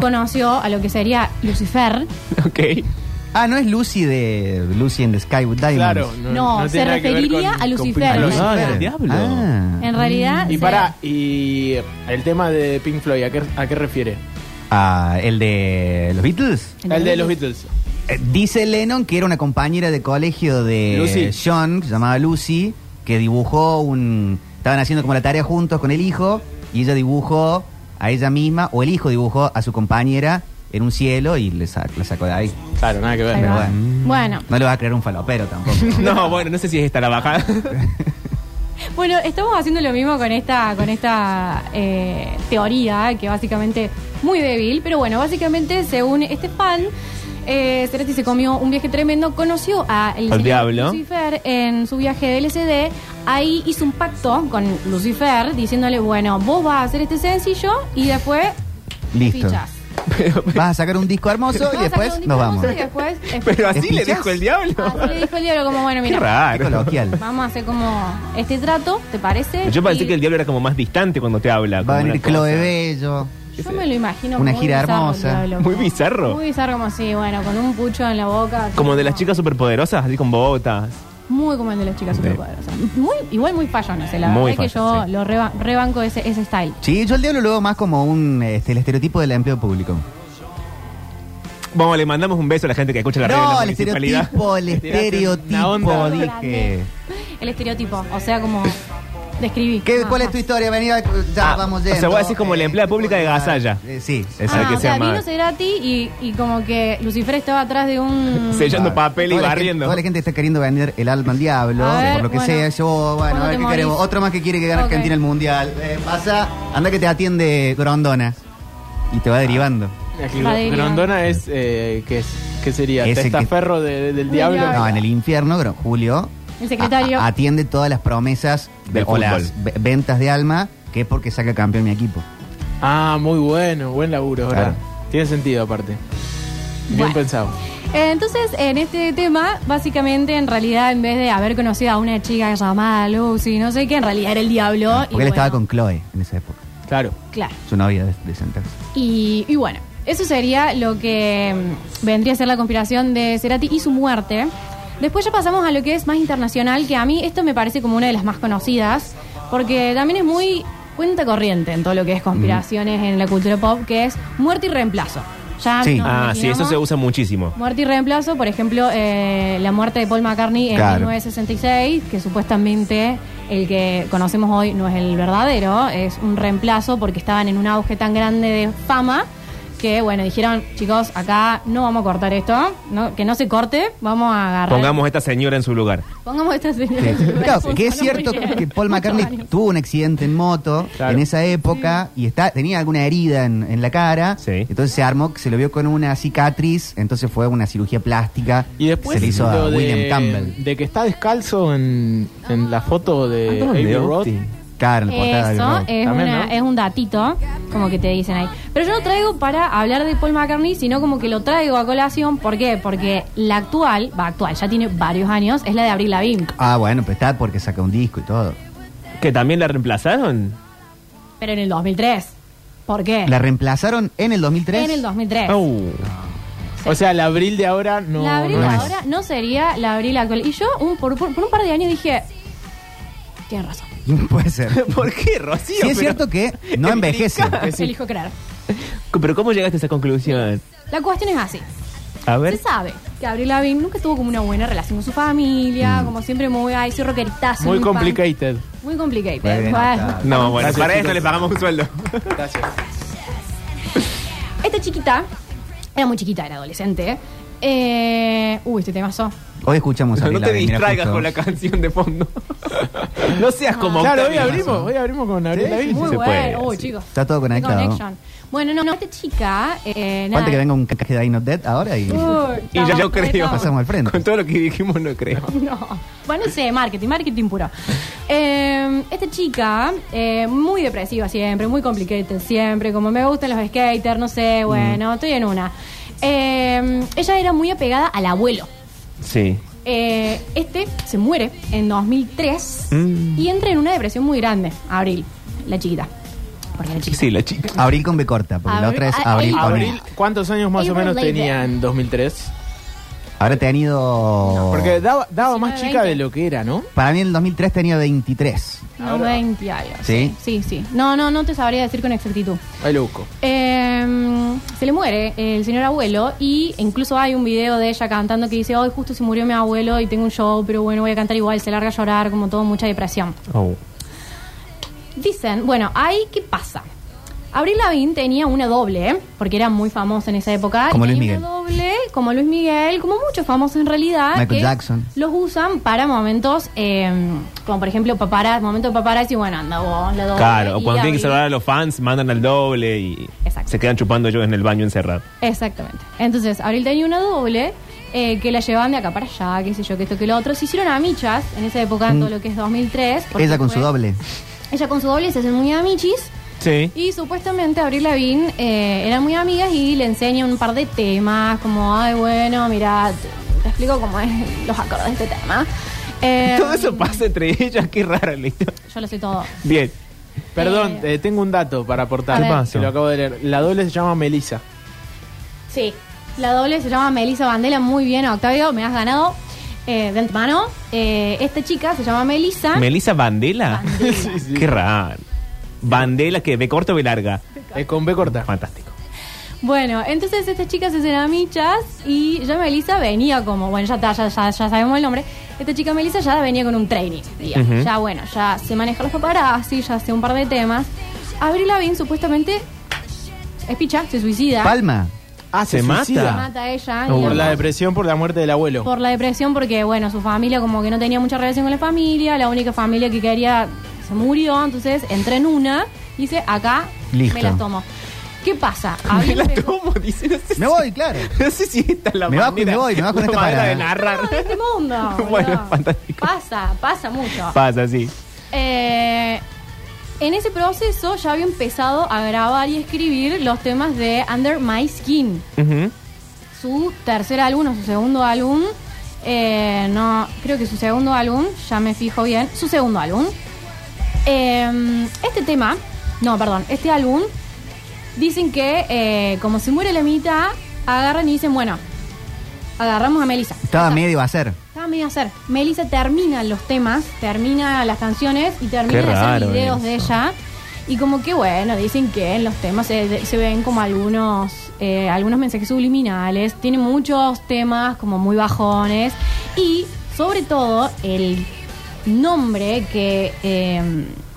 [SPEAKER 8] conoció a lo que sería Lucifer.
[SPEAKER 5] Ok.
[SPEAKER 6] Ah, no es Lucy de Lucy in the Sky with Diamonds.
[SPEAKER 7] Claro,
[SPEAKER 8] No,
[SPEAKER 7] tiene
[SPEAKER 8] se
[SPEAKER 7] nada que ver
[SPEAKER 8] referiría
[SPEAKER 7] con-
[SPEAKER 8] a
[SPEAKER 7] con
[SPEAKER 8] Lucifer.
[SPEAKER 6] Ah,
[SPEAKER 5] A
[SPEAKER 6] Lucy
[SPEAKER 5] los- Ah,
[SPEAKER 6] Fair.
[SPEAKER 5] el diablo.
[SPEAKER 6] Ah.
[SPEAKER 8] En realidad.
[SPEAKER 7] Y
[SPEAKER 8] se-
[SPEAKER 7] para y el tema de Pink Floyd, ¿a qué, a qué refiere?
[SPEAKER 6] Ah, el de los Beatles.
[SPEAKER 8] El
[SPEAKER 7] El de los Beatles.
[SPEAKER 6] Eh, Dice Lennon que era una compañera de colegio de
[SPEAKER 7] Lucy.
[SPEAKER 6] John, que se llamaba Lucy, que dibujó un... Estaban haciendo como la tarea juntos con el hijo y ella dibujó a ella misma, o el hijo dibujó a su compañera en un cielo y le sa- la sacó de ahí.
[SPEAKER 7] Claro, nada que ver.
[SPEAKER 8] Ahí
[SPEAKER 6] Pero
[SPEAKER 8] va.
[SPEAKER 6] bueno.
[SPEAKER 8] Bueno.
[SPEAKER 6] No le va a crear un falopero tampoco.
[SPEAKER 5] No, bueno, no sé si es esta la bajada.
[SPEAKER 8] Bueno, estamos haciendo lo mismo con esta, con esta eh, teoría, que básicamente muy débil, pero bueno, básicamente según este fan, eh, Cerati se comió un viaje tremendo, conoció a el
[SPEAKER 5] Al
[SPEAKER 8] señor
[SPEAKER 5] diablo.
[SPEAKER 8] Lucifer en su viaje de LCD, ahí hizo un pacto con Lucifer diciéndole, bueno, vos vas a hacer este sencillo y después
[SPEAKER 6] Listo.
[SPEAKER 8] fichas.
[SPEAKER 6] Vas a sacar un disco hermoso y
[SPEAKER 8] Vas a sacar
[SPEAKER 6] después
[SPEAKER 8] un disco
[SPEAKER 6] nos
[SPEAKER 8] hermoso
[SPEAKER 6] vamos.
[SPEAKER 8] y después,
[SPEAKER 5] Pero así le
[SPEAKER 6] ¿Escuchás?
[SPEAKER 5] dijo el diablo.
[SPEAKER 8] Así le dijo el diablo como, bueno,
[SPEAKER 5] Qué
[SPEAKER 8] Ah, mira,
[SPEAKER 6] Qué
[SPEAKER 5] raro.
[SPEAKER 6] coloquial.
[SPEAKER 8] vamos a hacer como este trato, ¿te parece?
[SPEAKER 5] Yo pensé
[SPEAKER 8] Y-
[SPEAKER 5] que el diablo era como más distante cuando te habla.
[SPEAKER 6] Va
[SPEAKER 5] como
[SPEAKER 6] a venir
[SPEAKER 5] una cosa.
[SPEAKER 6] Chloe Bello.
[SPEAKER 8] Yo me lo imagino
[SPEAKER 6] Una
[SPEAKER 8] muy
[SPEAKER 6] gira
[SPEAKER 8] bizarro,
[SPEAKER 6] hermosa.
[SPEAKER 8] diablo,
[SPEAKER 5] Muy
[SPEAKER 8] como-
[SPEAKER 5] bizarro.
[SPEAKER 8] Muy bizarro como así, bueno, con un pucho en la boca. así
[SPEAKER 5] Como de las chicas superpoderosas, así con botas.
[SPEAKER 8] Muy como el de las chicas superpoderosas. Muy, igual muy fallo, no sé, la
[SPEAKER 5] Muy
[SPEAKER 8] verdad es que yo
[SPEAKER 5] fallo, sí.
[SPEAKER 8] lo reba- rebanco ese, ese style.
[SPEAKER 6] Sí, yo el diablo lo veo más como un este, el estereotipo del empleo público.
[SPEAKER 5] Vamos, le mandamos un beso a la gente que escucha la radio en
[SPEAKER 6] no,
[SPEAKER 5] la
[SPEAKER 6] el
[SPEAKER 5] municipalidad.
[SPEAKER 6] estereotipo, el
[SPEAKER 7] Tiraste una
[SPEAKER 6] estereotipo,
[SPEAKER 7] onda.
[SPEAKER 6] dije.
[SPEAKER 8] Grande. El estereotipo, o sea, como describí.
[SPEAKER 6] ¿Qué,
[SPEAKER 8] Ah,
[SPEAKER 6] ¿Cuál es
[SPEAKER 8] ah.
[SPEAKER 6] tu historia? Venía, ya
[SPEAKER 5] Ah,
[SPEAKER 6] vamos
[SPEAKER 5] o sea,
[SPEAKER 6] yendo.
[SPEAKER 5] vos decís como la empleada pública de Gazalla.
[SPEAKER 6] Eh, sí,
[SPEAKER 8] Ah,
[SPEAKER 6] exacto.
[SPEAKER 5] que
[SPEAKER 8] o sea,
[SPEAKER 5] sea
[SPEAKER 8] vino
[SPEAKER 5] más.
[SPEAKER 8] Cerati y, y como que Lucifer estaba atrás de un...
[SPEAKER 5] Sellando papel y
[SPEAKER 6] Toda la gente-
[SPEAKER 5] barriendo.
[SPEAKER 6] toda la gente está queriendo vender el alma al diablo,
[SPEAKER 8] A ver,
[SPEAKER 6] por lo que
[SPEAKER 8] bueno.
[SPEAKER 6] sea. Yo, bueno,
[SPEAKER 8] ¿Cuándo
[SPEAKER 6] a ver
[SPEAKER 8] te
[SPEAKER 6] qué
[SPEAKER 8] morís?
[SPEAKER 6] queremos. Otro más que quiere que gane
[SPEAKER 8] Ok.
[SPEAKER 6] Argentina el mundial. Eh, pasa, anda que te atiende Grondona. Y te va derivando.
[SPEAKER 8] Madeira.
[SPEAKER 7] Grondona es, eh, ¿qué, es- qué sería?
[SPEAKER 6] Ese que-
[SPEAKER 7] Testaferro de- del diablo.
[SPEAKER 8] diablo.
[SPEAKER 6] No, en el infierno, Gro- Julio.
[SPEAKER 8] Ah. El secretario.
[SPEAKER 6] a- a- atiende todas las promesas de,
[SPEAKER 5] Del
[SPEAKER 6] o las
[SPEAKER 5] fútbol.
[SPEAKER 6] ve- ventas de alma, que es porque saca campeón mi equipo.
[SPEAKER 7] Ah, muy bueno, buen laburo, ¿verdad? Tiene sentido aparte. Bien
[SPEAKER 8] Bueno.
[SPEAKER 7] pensado.
[SPEAKER 8] Eh, Entonces, en este tema, básicamente, en realidad, en vez de haber conocido a una chica llamada Lucy, no sé qué, en realidad era el diablo.
[SPEAKER 6] Ah, Porque él estaba con Chloe en esa época,
[SPEAKER 7] Claro.
[SPEAKER 8] Claro.
[SPEAKER 6] su novia de, de Santander.
[SPEAKER 8] Y, y bueno, eso sería lo que mm, vendría a ser la conspiración de Cerati y su muerte. Después ya pasamos a lo que es más internacional, que a mí esto me parece como una de las más conocidas, porque también es muy cuenta corriente en todo lo que es conspiraciones en la cultura pop, que es muerte y reemplazo. Ya
[SPEAKER 6] Sí.
[SPEAKER 8] nos
[SPEAKER 5] Ah, sí, eso
[SPEAKER 8] imaginamos.
[SPEAKER 5] se usa muchísimo.
[SPEAKER 8] Muerte y reemplazo, por ejemplo, eh, la muerte de Paul McCartney en
[SPEAKER 6] Claro.
[SPEAKER 8] 1966, que supuestamente el que conocemos hoy no es el verdadero, es un reemplazo porque estaban en un auge tan grande de fama que, bueno, dijeron, chicos, acá no vamos a cortar esto, no- que no se corte, vamos a agarrar.
[SPEAKER 5] Pongamos a esta señora en su lugar.
[SPEAKER 8] Pongamos esta señal.
[SPEAKER 6] Sí. Claro, que es cierto que Paul McCartney tuvo un accidente en moto
[SPEAKER 7] Claro.
[SPEAKER 6] en esa época
[SPEAKER 8] Mm.
[SPEAKER 6] y está, tenía alguna herida en, en la cara.
[SPEAKER 5] Sí.
[SPEAKER 6] Entonces se armó, se lo vio con una cicatriz, entonces fue una cirugía plástica.
[SPEAKER 7] Y después
[SPEAKER 6] se le hizo
[SPEAKER 7] lo
[SPEAKER 6] a
[SPEAKER 7] de,
[SPEAKER 6] William Campbell.
[SPEAKER 7] de que está descalzo en, en la foto de
[SPEAKER 5] ¿A dónde,
[SPEAKER 7] Abbey Road.
[SPEAKER 5] Octi?
[SPEAKER 6] Claro, en la portada del
[SPEAKER 8] Eso eh.
[SPEAKER 6] rock.
[SPEAKER 8] es,
[SPEAKER 7] También,
[SPEAKER 8] una-
[SPEAKER 7] ¿no?
[SPEAKER 8] es un datito, como que te dicen ahí. Pero yo no traigo para hablar de Paul McCartney, sino como que lo traigo a colación. ¿Por qué? Porque la actual, va actual, ya tiene varios años, es la de Abril Lavigne.
[SPEAKER 6] Ah, bueno, pero está porque saca un disco y todo.
[SPEAKER 5] ¿Que también la reemplazaron?
[SPEAKER 8] Pero en el 2003. ¿Por qué?
[SPEAKER 6] La reemplazaron en el 2003.
[SPEAKER 8] Eh. en el 2003.
[SPEAKER 5] Au.
[SPEAKER 7] O sea, el abril de ahora no.
[SPEAKER 8] la Abril
[SPEAKER 7] no es.
[SPEAKER 8] ahora no sería la Abril actual. Y yo un- por, por- por un par de años dije, tienes razón.
[SPEAKER 6] Puede ser.
[SPEAKER 5] ¿Por qué, Rocío?
[SPEAKER 6] Sí, es cierto que no envejece.
[SPEAKER 8] Elijo creer.
[SPEAKER 5] Pero ¿cómo llegaste a esa conclusión?
[SPEAKER 8] La cuestión es así.
[SPEAKER 5] A ver.
[SPEAKER 8] Se sabe que Abril Lavigne nunca tuvo como una buena relación con su familia, como siempre muy, ay, soy rockeritazo.
[SPEAKER 7] Muy
[SPEAKER 8] punk.
[SPEAKER 7] complicated.
[SPEAKER 8] Muy complicated.
[SPEAKER 6] Muy bien,
[SPEAKER 8] Bueno.
[SPEAKER 6] está.
[SPEAKER 5] No, bueno,
[SPEAKER 7] Gracias,
[SPEAKER 5] para
[SPEAKER 7] chicos.
[SPEAKER 5] eso le pagamos un sueldo.
[SPEAKER 7] Gracias.
[SPEAKER 8] Esta chiquita, era muy chiquita, era adolescente. Eh, uy, este temazo.
[SPEAKER 6] Hoy escuchamos a
[SPEAKER 5] No
[SPEAKER 6] Avril
[SPEAKER 5] te
[SPEAKER 6] Lavigne, mira,
[SPEAKER 5] distraigas
[SPEAKER 6] justo.
[SPEAKER 5] con la canción de fondo. No seas como
[SPEAKER 7] Claro, hoy
[SPEAKER 5] Octavio.
[SPEAKER 7] abrimos, hoy abrimos con Abril Lavigne.
[SPEAKER 8] muy
[SPEAKER 5] se puede,
[SPEAKER 8] bueno. Uy,
[SPEAKER 5] sí.
[SPEAKER 8] chicos.
[SPEAKER 6] Está todo
[SPEAKER 8] Qué
[SPEAKER 6] conectado.
[SPEAKER 8] connection. Bueno, no, no, esta chica. Eh, nada.
[SPEAKER 6] Falta que venga un cacaje de I Not Dead ahora
[SPEAKER 5] Y
[SPEAKER 6] y
[SPEAKER 8] Uy,
[SPEAKER 5] ya
[SPEAKER 8] estamos
[SPEAKER 5] yo creo.
[SPEAKER 8] conectados.
[SPEAKER 6] pasamos al frente.
[SPEAKER 5] Con todo lo que dijimos, no creo.
[SPEAKER 8] No. Bueno, sé, marketing, marketing puro. Eh, esta chica, eh, muy depresiva siempre, muy complicated siempre, como me gustan los skaters, no
[SPEAKER 6] Mm.
[SPEAKER 8] sé, bueno, estoy en una. Eh, ella era muy apegada al abuelo.
[SPEAKER 5] Sí.
[SPEAKER 8] Eh, este se muere en 2003
[SPEAKER 6] Mm.
[SPEAKER 8] y entra en una depresión muy grande, Abril, la chiquita. Porque la chiquita.
[SPEAKER 5] Sí, la chica.
[SPEAKER 6] Abril con B corta, porque la
[SPEAKER 8] Abril-
[SPEAKER 6] otra es
[SPEAKER 8] ah,
[SPEAKER 6] Abril
[SPEAKER 8] ahí-
[SPEAKER 6] con
[SPEAKER 7] Abril,
[SPEAKER 6] E.
[SPEAKER 7] ¿cuántos años más o
[SPEAKER 8] Abril
[SPEAKER 7] menos
[SPEAKER 8] Lavigne.
[SPEAKER 7] tenía en 2003?
[SPEAKER 6] Ahora te han ido...
[SPEAKER 7] Porque daba, daba más
[SPEAKER 8] 19,
[SPEAKER 7] chica
[SPEAKER 8] 20.
[SPEAKER 7] de lo que era, ¿no?
[SPEAKER 6] Para mí en el 2003 tenía 23.
[SPEAKER 8] No, 20 algo.
[SPEAKER 6] ¿Sí?
[SPEAKER 8] Sí, sí. No, no, no te sabría decir con exactitud.
[SPEAKER 7] Ahí lo busco.
[SPEAKER 8] Eh, mm, se le muere el señor abuelo y incluso hay un video de ella cantando que dice, hoy justo se murió mi abuelo y tengo un show, pero bueno, voy a cantar igual, se larga a llorar, como todo, mucha depresión.
[SPEAKER 5] Oh.
[SPEAKER 8] Dicen, bueno, ahí qué pasa. Abril Lavigne tenía una doble, ¿eh? porque era muy famosa en esa época.
[SPEAKER 6] Como
[SPEAKER 8] y
[SPEAKER 6] Luis
[SPEAKER 8] tenía
[SPEAKER 6] Miguel.
[SPEAKER 8] Una doble, como Luis Miguel, como muchos famosos en realidad.
[SPEAKER 6] Michael
[SPEAKER 8] que
[SPEAKER 6] Jackson.
[SPEAKER 8] Los usan para momentos, eh, como por ejemplo paparazzi, momento de paparazzi, bueno, anda vos, la doble.
[SPEAKER 5] Claro, o
[SPEAKER 8] y
[SPEAKER 5] cuando tienen que
[SPEAKER 8] Avril-
[SPEAKER 5] saludar a los fans, mandan al doble y
[SPEAKER 8] Exacto.
[SPEAKER 5] se quedan chupando ellos en el baño encerrado.
[SPEAKER 8] Exactamente. Entonces, Abril tenía una doble eh, que la llevaban de acá para allá, qué sé yo, que esto, que lo otro. Se hicieron amichas en esa época, en todo lo que es 2003. porque
[SPEAKER 6] Mm. Ella con su
[SPEAKER 8] fue-
[SPEAKER 6] doble.
[SPEAKER 8] Ella con su doble se hacen muy amichis.
[SPEAKER 5] Sí.
[SPEAKER 8] Y supuestamente Abril Lavigne eh, eran muy amigas y le enseña un par de temas, como, ay, bueno, mira, te, te explico cómo es los acordes de este tema. Eh,
[SPEAKER 5] Todo eso pasa entre ellas, qué raro, listo.
[SPEAKER 8] Yo lo sé todo.
[SPEAKER 5] Bien.
[SPEAKER 7] Perdón,
[SPEAKER 8] Eh.
[SPEAKER 7] eh, tengo un dato para aportar.
[SPEAKER 8] A ¿Qué ver.
[SPEAKER 5] pasó?
[SPEAKER 7] Que lo acabo de leer. La doble se llama Melissa.
[SPEAKER 8] Sí. La doble se llama Melissa Vandela. Muy bien, Octavio, me has ganado eh, de antemano. Eh, esta chica se llama Melissa.
[SPEAKER 5] ¿Melissa Bandela?
[SPEAKER 8] Bandela.
[SPEAKER 7] Sí, sí.
[SPEAKER 5] Qué raro. Bandela, que ¿B corta o B larga?
[SPEAKER 7] Eh, con B corta.
[SPEAKER 5] Fantástico.
[SPEAKER 8] Bueno, entonces estas chicas se hacen amichas y ya Melissa venía como, bueno, ya, está, ya, ya, ya sabemos el nombre, esta chica Melissa ya venía con un training, digamos.
[SPEAKER 5] Ujú.
[SPEAKER 8] ya bueno, ya se maneja los paparazzi, ya hace un par de temas. Avril Lavigne supuestamente es picha, se suicida,
[SPEAKER 6] Palma.
[SPEAKER 7] Ah,
[SPEAKER 5] ¿Se mata?
[SPEAKER 8] se
[SPEAKER 5] Ah.
[SPEAKER 8] mata a ella
[SPEAKER 5] No,
[SPEAKER 8] digamos,
[SPEAKER 7] Por la depresión, por la muerte del abuelo.
[SPEAKER 8] por la depresión porque, bueno, su familia como que no tenía mucha relación con la familia, la única familia que quería se murió, entonces entré en una, dice, acá
[SPEAKER 6] Listo.
[SPEAKER 8] me las tomo. ¿Qué pasa?
[SPEAKER 5] Me
[SPEAKER 8] Avril
[SPEAKER 5] la
[SPEAKER 8] empezó-
[SPEAKER 5] tomo, dice. No sé,
[SPEAKER 6] Me voy, claro.
[SPEAKER 5] no sé si esta es la
[SPEAKER 6] Me bajo y
[SPEAKER 5] manera-
[SPEAKER 6] me voy, me bajo
[SPEAKER 5] la
[SPEAKER 6] en esta
[SPEAKER 5] manera
[SPEAKER 6] parada.
[SPEAKER 5] de narrar.
[SPEAKER 8] No, de este mundo. boludo.
[SPEAKER 5] Bueno, fantástico.
[SPEAKER 8] Pasa, pasa mucho.
[SPEAKER 5] Pasa, sí.
[SPEAKER 8] Eh, en ese proceso ya había empezado a grabar y escribir los temas de Under My Skin,
[SPEAKER 5] Ujú.
[SPEAKER 8] su tercer álbum o su segundo álbum. Eh, no, creo que su segundo álbum, ya me fijo bien, su segundo álbum. Eh, este tema, no, perdón, este álbum, dicen que eh, como se muere la mitad, agarran y dicen, bueno, agarramos a Melissa.
[SPEAKER 6] Estaba medio a hacer.
[SPEAKER 8] Estaba medio a hacer. Melissa termina los temas, termina las canciones y termina
[SPEAKER 5] Qué
[SPEAKER 8] de hacer
[SPEAKER 5] raro
[SPEAKER 8] videos
[SPEAKER 5] eso.
[SPEAKER 8] de ella. Y como que bueno, dicen que en los temas se, se ven como algunos eh, algunos mensajes subliminales. Tiene muchos temas como muy bajones. Y sobre todo el nombre que eh,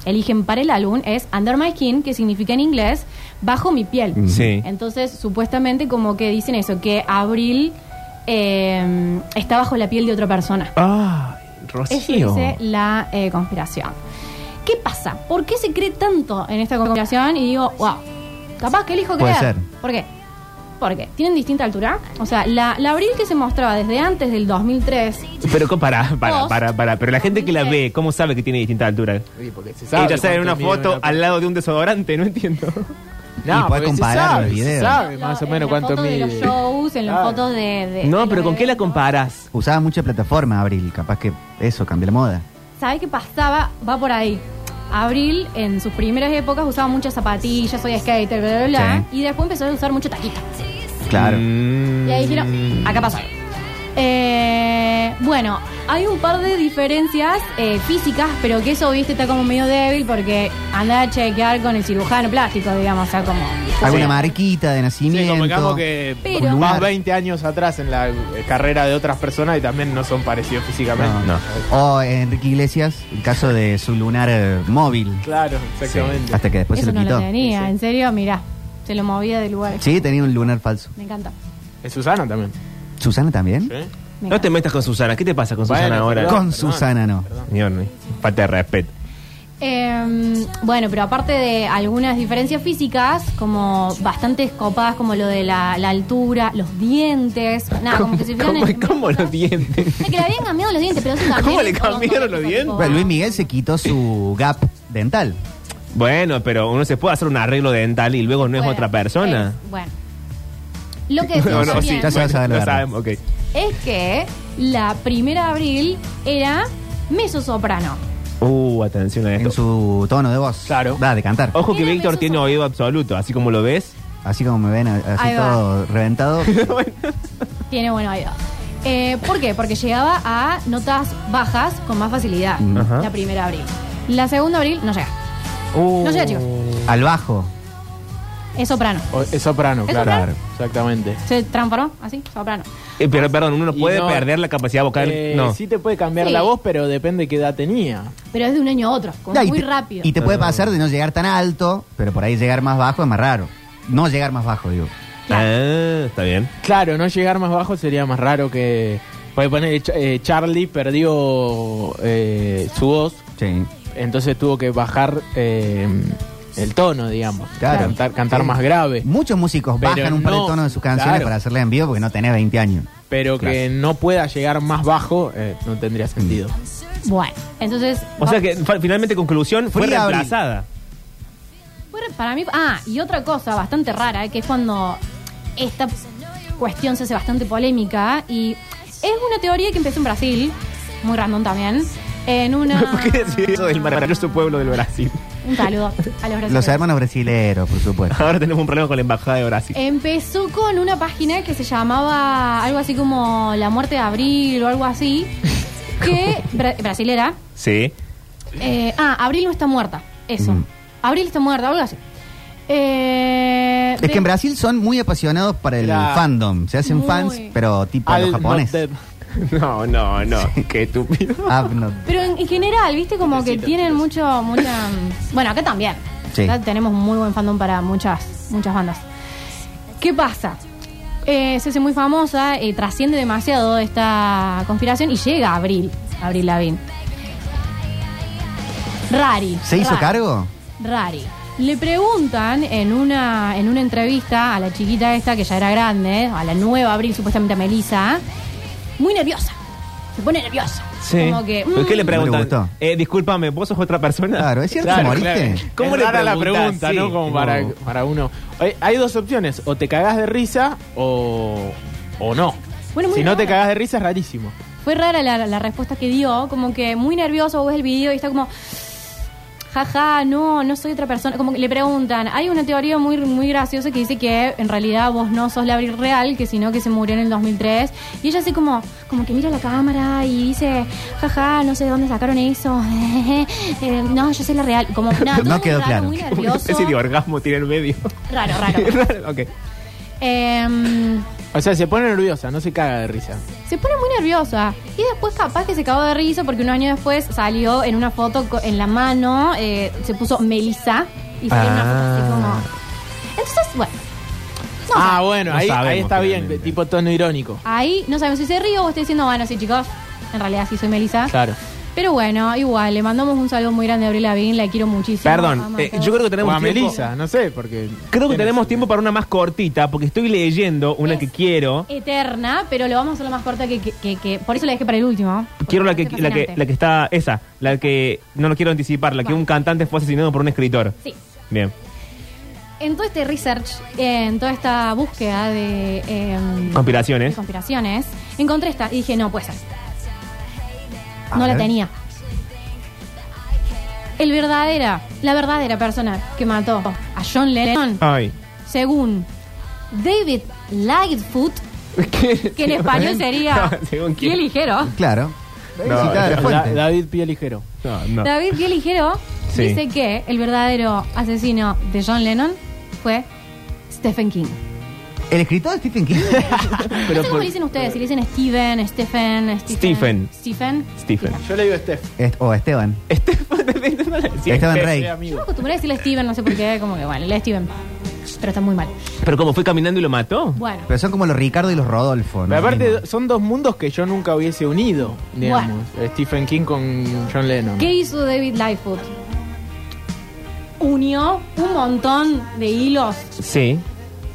[SPEAKER 8] eligen para el álbum es Under My Skin, que significa en inglés bajo mi piel.
[SPEAKER 5] Sí.
[SPEAKER 8] Entonces, supuestamente como que dicen eso, que Abril eh, está bajo la piel de otra persona.
[SPEAKER 5] Ah,
[SPEAKER 8] Eso
[SPEAKER 5] Rocío.
[SPEAKER 8] dice la eh, conspiración. ¿Qué pasa? ¿Por qué se cree tanto en esta conspiración? Y digo, wow, capaz que elijo
[SPEAKER 6] Puede
[SPEAKER 8] creer.
[SPEAKER 6] ser.
[SPEAKER 8] ¿Por qué? Porque tienen distinta altura. O sea, la, la Abril que se mostraba desde antes del 2003,
[SPEAKER 5] Pero co- para, para,
[SPEAKER 8] Vos.
[SPEAKER 5] para, para. Pero la gente que la ve, ¿cómo sabe que tiene distinta altura?
[SPEAKER 7] Sí, porque se sabe
[SPEAKER 5] Ella sale en una
[SPEAKER 7] cuánto mide
[SPEAKER 5] foto
[SPEAKER 7] una-
[SPEAKER 5] al lado de un desodorante, no entiendo.
[SPEAKER 6] Y
[SPEAKER 7] No,
[SPEAKER 6] puede
[SPEAKER 7] porque se
[SPEAKER 6] comparar
[SPEAKER 7] sabe,
[SPEAKER 6] los
[SPEAKER 7] se
[SPEAKER 6] videos.
[SPEAKER 7] sabe más o menos
[SPEAKER 8] en las
[SPEAKER 7] cuánto
[SPEAKER 8] fotos
[SPEAKER 7] mide.
[SPEAKER 8] de los shows, en las
[SPEAKER 7] Claro.
[SPEAKER 8] fotos de, de- de
[SPEAKER 5] No, pero
[SPEAKER 8] los
[SPEAKER 5] ¿con qué la
[SPEAKER 8] eventos.
[SPEAKER 5] comparás?
[SPEAKER 6] Usaba mucha plataforma, Abril. Capaz que eso cambió la moda.
[SPEAKER 8] ¿Sabe qué pasaba? Va por ahí. Abril, en sus primeras épocas, usaba muchas zapatillas, soy skater, bla, bla, bla. Y después empezó a usar mucho taquita.
[SPEAKER 6] Claro.
[SPEAKER 5] Mm.
[SPEAKER 8] Y ahí dijeron, acá pasó. algo". Eh, bueno, hay un par de diferencias eh, físicas, pero que eso, viste, está como medio débil porque anda a chequear con el cirujano plástico, digamos, o sea, como...
[SPEAKER 6] Alguna marquita de
[SPEAKER 7] Sí, como
[SPEAKER 6] nacimiento.
[SPEAKER 7] digamos que
[SPEAKER 8] Pero-
[SPEAKER 7] vas
[SPEAKER 6] Lunar.
[SPEAKER 7] 20 años atrás en la eh, carrera de otras personas y también no son parecidos físicamente.
[SPEAKER 5] No.
[SPEAKER 6] O eh, Enrique Iglesias, el caso de su lunar eh, móvil.
[SPEAKER 7] Claro,
[SPEAKER 6] Sí,
[SPEAKER 7] exactamente.
[SPEAKER 6] Hasta que después
[SPEAKER 8] Eso
[SPEAKER 6] se lo
[SPEAKER 8] no lo
[SPEAKER 6] quitó.
[SPEAKER 8] tenía,
[SPEAKER 7] Sí, sí.
[SPEAKER 8] en serio, mirá, se lo movía de lugar.
[SPEAKER 6] sí, tenía un lunar falso.
[SPEAKER 8] Me encanta.
[SPEAKER 7] Es Susana también.
[SPEAKER 6] ¿Susana también?
[SPEAKER 7] ¿sí?
[SPEAKER 8] me
[SPEAKER 5] No
[SPEAKER 8] encanta.
[SPEAKER 5] te metas con Susana. ¿Qué te pasa con Susana
[SPEAKER 7] ¿Eh? Bueno,
[SPEAKER 5] ahora?
[SPEAKER 7] perdón,
[SPEAKER 6] Con Susana no.
[SPEAKER 7] perdón.
[SPEAKER 5] Señor, no. falta de respeto.
[SPEAKER 8] Eh, bueno, pero aparte de algunas diferencias físicas, como bastantes copadas, como lo de la, la altura, los dientes, nada, como que se fijan
[SPEAKER 5] ¿Cómo,
[SPEAKER 8] en-
[SPEAKER 5] cómo los dientes?
[SPEAKER 8] Es que le habían cambiado los dientes, pero eso también
[SPEAKER 5] ¿Cómo le
[SPEAKER 8] es por
[SPEAKER 5] cambiaron
[SPEAKER 8] dolores
[SPEAKER 5] los dientes?
[SPEAKER 6] Bueno, Luis Miguel se quitó su gap dental.
[SPEAKER 5] Bueno, pero uno se puede hacer un arreglo dental y luego no es
[SPEAKER 8] Bueno,
[SPEAKER 5] otra persona.
[SPEAKER 8] es- bueno. Lo que decimos
[SPEAKER 5] no,
[SPEAKER 6] sí,
[SPEAKER 8] también
[SPEAKER 6] ya se va a saber la
[SPEAKER 5] no
[SPEAKER 6] verdad.
[SPEAKER 5] sabemos, ok.
[SPEAKER 8] es que la primera de abril era mezzosoprano.
[SPEAKER 5] Uh, atención a
[SPEAKER 6] En
[SPEAKER 5] esto.
[SPEAKER 6] su tono de voz.
[SPEAKER 7] Claro.
[SPEAKER 6] Va, de cantar.
[SPEAKER 5] Ojo que
[SPEAKER 8] Mira,
[SPEAKER 5] Víctor
[SPEAKER 8] besos
[SPEAKER 5] tiene
[SPEAKER 8] son-
[SPEAKER 5] oído absoluto, así como lo ves.
[SPEAKER 6] Así como me ven así
[SPEAKER 8] Ahí va.
[SPEAKER 6] todo reventado.
[SPEAKER 8] Tiene buen oído. Eh, ¿Por qué? Porque llegaba a notas bajas con más facilidad
[SPEAKER 5] Ajá.
[SPEAKER 8] la primera de abril. La segunda de abril no llega.
[SPEAKER 5] Uh.
[SPEAKER 8] No llega, chicos.
[SPEAKER 6] al bajo.
[SPEAKER 8] Es soprano.
[SPEAKER 7] O- Oh, es soprano,
[SPEAKER 8] ¿Es
[SPEAKER 7] claro.
[SPEAKER 8] soprano?
[SPEAKER 7] Exactamente.
[SPEAKER 8] Se transformó así, soprano.
[SPEAKER 5] Eh, pero perdón, uno no
[SPEAKER 7] Y
[SPEAKER 5] puede
[SPEAKER 7] no,
[SPEAKER 5] perder la capacidad vocal.
[SPEAKER 7] Eh,
[SPEAKER 5] no.
[SPEAKER 7] Sí te puede cambiar
[SPEAKER 8] Sí.
[SPEAKER 7] la voz, pero depende de qué edad tenía.
[SPEAKER 8] Pero es de un año a otro, como
[SPEAKER 6] No, y
[SPEAKER 8] muy
[SPEAKER 6] te-
[SPEAKER 8] rápido.
[SPEAKER 6] Y te puede pasar de no llegar tan alto, pero por ahí llegar más bajo es más raro. No llegar más bajo, digo.
[SPEAKER 5] Ah, está bien.
[SPEAKER 7] Claro, no llegar más bajo sería más raro que. Puede poner eh, Charlie perdió eh, su voz,
[SPEAKER 6] Sí.
[SPEAKER 7] entonces tuvo que bajar eh, el tono, digamos.
[SPEAKER 6] Claro.
[SPEAKER 7] Cantar, cantar
[SPEAKER 6] Sí.
[SPEAKER 7] más grave.
[SPEAKER 6] Muchos músicos
[SPEAKER 7] Pero
[SPEAKER 6] bajan un par
[SPEAKER 7] no,
[SPEAKER 6] de tonos de sus canciones
[SPEAKER 7] claro.
[SPEAKER 6] para hacerla en vivo porque no tenés 20 años.
[SPEAKER 7] Pero que no pueda llegar más bajo eh, no tendría sentido.
[SPEAKER 8] Bueno, entonces.
[SPEAKER 5] O sea que fa- finalmente conclusión fue
[SPEAKER 6] Fui a abrir.
[SPEAKER 5] reemplazada.
[SPEAKER 8] Bueno, Para mí. Ah, y otra cosa bastante rara, eh, que es cuando esta cuestión se hace bastante polémica. Y es una teoría que empezó en Brasil, muy random también. En una.
[SPEAKER 5] ¿Por qué decir eso del maravilloso pueblo del Brasil?
[SPEAKER 8] Un saludo a los brasileños.
[SPEAKER 6] Los hermanos brasileros, por supuesto.
[SPEAKER 5] Ahora tenemos un problema con la embajada de
[SPEAKER 8] Eh,
[SPEAKER 5] Brasil.
[SPEAKER 8] Empezó con una página que se llamaba algo así como La Muerte de Abril o algo así. Que. bra- brasilera.
[SPEAKER 5] Sí.
[SPEAKER 8] Eh, ah, Abril no está muerta. Eso.
[SPEAKER 6] Mm.
[SPEAKER 8] Abril está muerta, algo así. Eh,
[SPEAKER 6] Es que en
[SPEAKER 8] de-
[SPEAKER 6] Brasil son muy apasionados para el
[SPEAKER 7] Claro.
[SPEAKER 6] fandom. Se hacen
[SPEAKER 8] Muy.
[SPEAKER 6] fans, pero tipo
[SPEAKER 7] Al
[SPEAKER 6] los
[SPEAKER 7] not
[SPEAKER 6] japoneses.
[SPEAKER 7] dead.
[SPEAKER 5] No, no, no. Qué estúpido.
[SPEAKER 6] Ah, no.
[SPEAKER 8] Pero en, en general, viste, como que tienen mucho, mucha. Bueno, acá también.
[SPEAKER 6] Sí.
[SPEAKER 8] Acá tenemos muy buen fandom para muchas, muchas bandas. ¿Qué pasa? Eh, se hace muy famosa, eh, trasciende demasiado esta conspiración y llega a Abril, Abril Lavín. Rari.
[SPEAKER 6] ¿Se hizo
[SPEAKER 8] Rari,
[SPEAKER 6] cargo?
[SPEAKER 8] Rari. Le preguntan en una, en una entrevista a la chiquita esta, que ya era grande, a la nueva Abril, supuestamente a Melissa, muy nerviosa. Se pone nerviosa. Como que,
[SPEAKER 5] ¿Pero qué le
[SPEAKER 6] No
[SPEAKER 8] mm,
[SPEAKER 6] le
[SPEAKER 5] preguntan?
[SPEAKER 6] gustó.
[SPEAKER 5] Eh, discúlpame, ¿vos sos otra persona?
[SPEAKER 6] Claro, es cierto,
[SPEAKER 7] Claro,
[SPEAKER 6] moriste.
[SPEAKER 7] claro.
[SPEAKER 5] ¿Cómo
[SPEAKER 7] Es
[SPEAKER 5] le
[SPEAKER 7] rara la
[SPEAKER 5] preguntás?
[SPEAKER 7] pregunta,
[SPEAKER 5] Sí.
[SPEAKER 7] no? Como para,
[SPEAKER 5] No.
[SPEAKER 7] para uno. Hay, hay dos opciones, o te cagás de risa o, o no.
[SPEAKER 8] Bueno, muy
[SPEAKER 7] si no te
[SPEAKER 8] raro.
[SPEAKER 7] cagás de risa es rarísimo.
[SPEAKER 8] Fue rara la, la respuesta que dio, como que muy nervioso, vos ves el video y está como, jaja, no, no soy otra persona. Como que le preguntan, hay una teoría muy, muy graciosa que dice que en realidad vos no sos la Abril real, que sino que se murió en el 2003. Y ella así como, como que mira la cámara y dice, jaja, no sé de dónde sacaron eso. Eh, no, yo soy la real. Como, nada,
[SPEAKER 6] No
[SPEAKER 8] todo muy
[SPEAKER 6] quedó
[SPEAKER 8] raro,
[SPEAKER 6] claro.
[SPEAKER 8] Muy
[SPEAKER 5] Una
[SPEAKER 8] nervioso. Ah,
[SPEAKER 5] especie de orgasmo tiene en medio.
[SPEAKER 8] Raro, raro.
[SPEAKER 5] ok.
[SPEAKER 8] Em,
[SPEAKER 7] O sea, se pone nerviosa, no se caga de risa.
[SPEAKER 8] Se pone muy nerviosa. Y después capaz que se cagó de risa porque un año después salió en una foto co- en la mano, eh, se puso Melissa y salió en una foto así como...
[SPEAKER 5] Ah.
[SPEAKER 8] Entonces, bueno. No,
[SPEAKER 7] ah,
[SPEAKER 8] sé.
[SPEAKER 7] bueno,
[SPEAKER 5] No
[SPEAKER 7] ahí,
[SPEAKER 5] sabemos,
[SPEAKER 7] ahí está bien,
[SPEAKER 5] finalmente.
[SPEAKER 7] tipo tono irónico.
[SPEAKER 8] Ahí no sabemos si se ríe o está diciendo, bueno, sí chicos, en realidad Ah, sí soy Melissa.
[SPEAKER 7] Claro.
[SPEAKER 8] Pero bueno, igual, le mandamos un saludo muy grande a Abril Lavín, la quiero muchísimo.
[SPEAKER 5] Perdón,
[SPEAKER 8] Amo a
[SPEAKER 5] eh,
[SPEAKER 8] todos.
[SPEAKER 5] yo creo que
[SPEAKER 7] O
[SPEAKER 5] tenemos
[SPEAKER 7] a
[SPEAKER 5] tiempo-
[SPEAKER 7] Melissa, no sé, porque...
[SPEAKER 5] Creo que
[SPEAKER 7] tiene-
[SPEAKER 5] tenemos tiempo para una más cortita, porque estoy leyendo una
[SPEAKER 8] Es-
[SPEAKER 5] que quiero.
[SPEAKER 8] Eterna, pero lo vamos a hacer lo más corta que... que- que- que- Por eso la dejé para el último.
[SPEAKER 5] Quiero la
[SPEAKER 8] Porque
[SPEAKER 5] que,
[SPEAKER 8] es
[SPEAKER 5] la, que,
[SPEAKER 8] fascinante.
[SPEAKER 5] la que está, esa, la que, no lo quiero anticipar, la que
[SPEAKER 8] Bueno.
[SPEAKER 5] un cantante fue asesinado por un escritor.
[SPEAKER 8] Sí.
[SPEAKER 5] Bien.
[SPEAKER 8] En todo este research, en toda esta búsqueda de, em,
[SPEAKER 5] Conspiraciones.
[SPEAKER 8] de conspiraciones, encontré esta y dije, no, puede ser.
[SPEAKER 6] A
[SPEAKER 8] No la
[SPEAKER 6] ver.
[SPEAKER 8] tenía. El verdadera, la verdadera persona que mató a John Lennon,
[SPEAKER 5] Ay.
[SPEAKER 8] según David Lightfoot, que en español sería
[SPEAKER 5] Según quién.
[SPEAKER 8] Pie ligero.
[SPEAKER 6] Claro.
[SPEAKER 5] No,
[SPEAKER 6] Citada la
[SPEAKER 5] no,
[SPEAKER 6] fuente.
[SPEAKER 7] Da- David Pío Ligero.
[SPEAKER 5] No, no.
[SPEAKER 8] David Pie ligero
[SPEAKER 5] Sí.
[SPEAKER 8] dice que el verdadero asesino de John Lennon fue Stephen King.
[SPEAKER 6] El escritor de Stephen King.
[SPEAKER 8] no sé cómo le dicen ustedes, si le dicen Steven, Stephen, Stephen.
[SPEAKER 5] Stephen.
[SPEAKER 8] Stephen.
[SPEAKER 5] Stephen.
[SPEAKER 7] Yo le digo Steph.
[SPEAKER 6] Est- o Esteban. Esteban
[SPEAKER 5] Este-
[SPEAKER 6] Rey.
[SPEAKER 7] soy
[SPEAKER 8] Yo me
[SPEAKER 7] amigo.
[SPEAKER 8] acostumbré a decirle Steven, no sé por qué, como que bueno, le Steven. Pero está muy mal.
[SPEAKER 5] Pero como fue caminando y lo mató.
[SPEAKER 8] Bueno,
[SPEAKER 6] Pero son como los Ricardo y los Rodolfo. ¿no?
[SPEAKER 7] Pero aparte,
[SPEAKER 6] Mismo.
[SPEAKER 7] son dos mundos que yo nunca hubiese unido, digamos. eh, Stephen King con John Lennon.
[SPEAKER 8] ¿qué hizo David Lightfoot? Unió un montón de hilos.
[SPEAKER 5] Sí.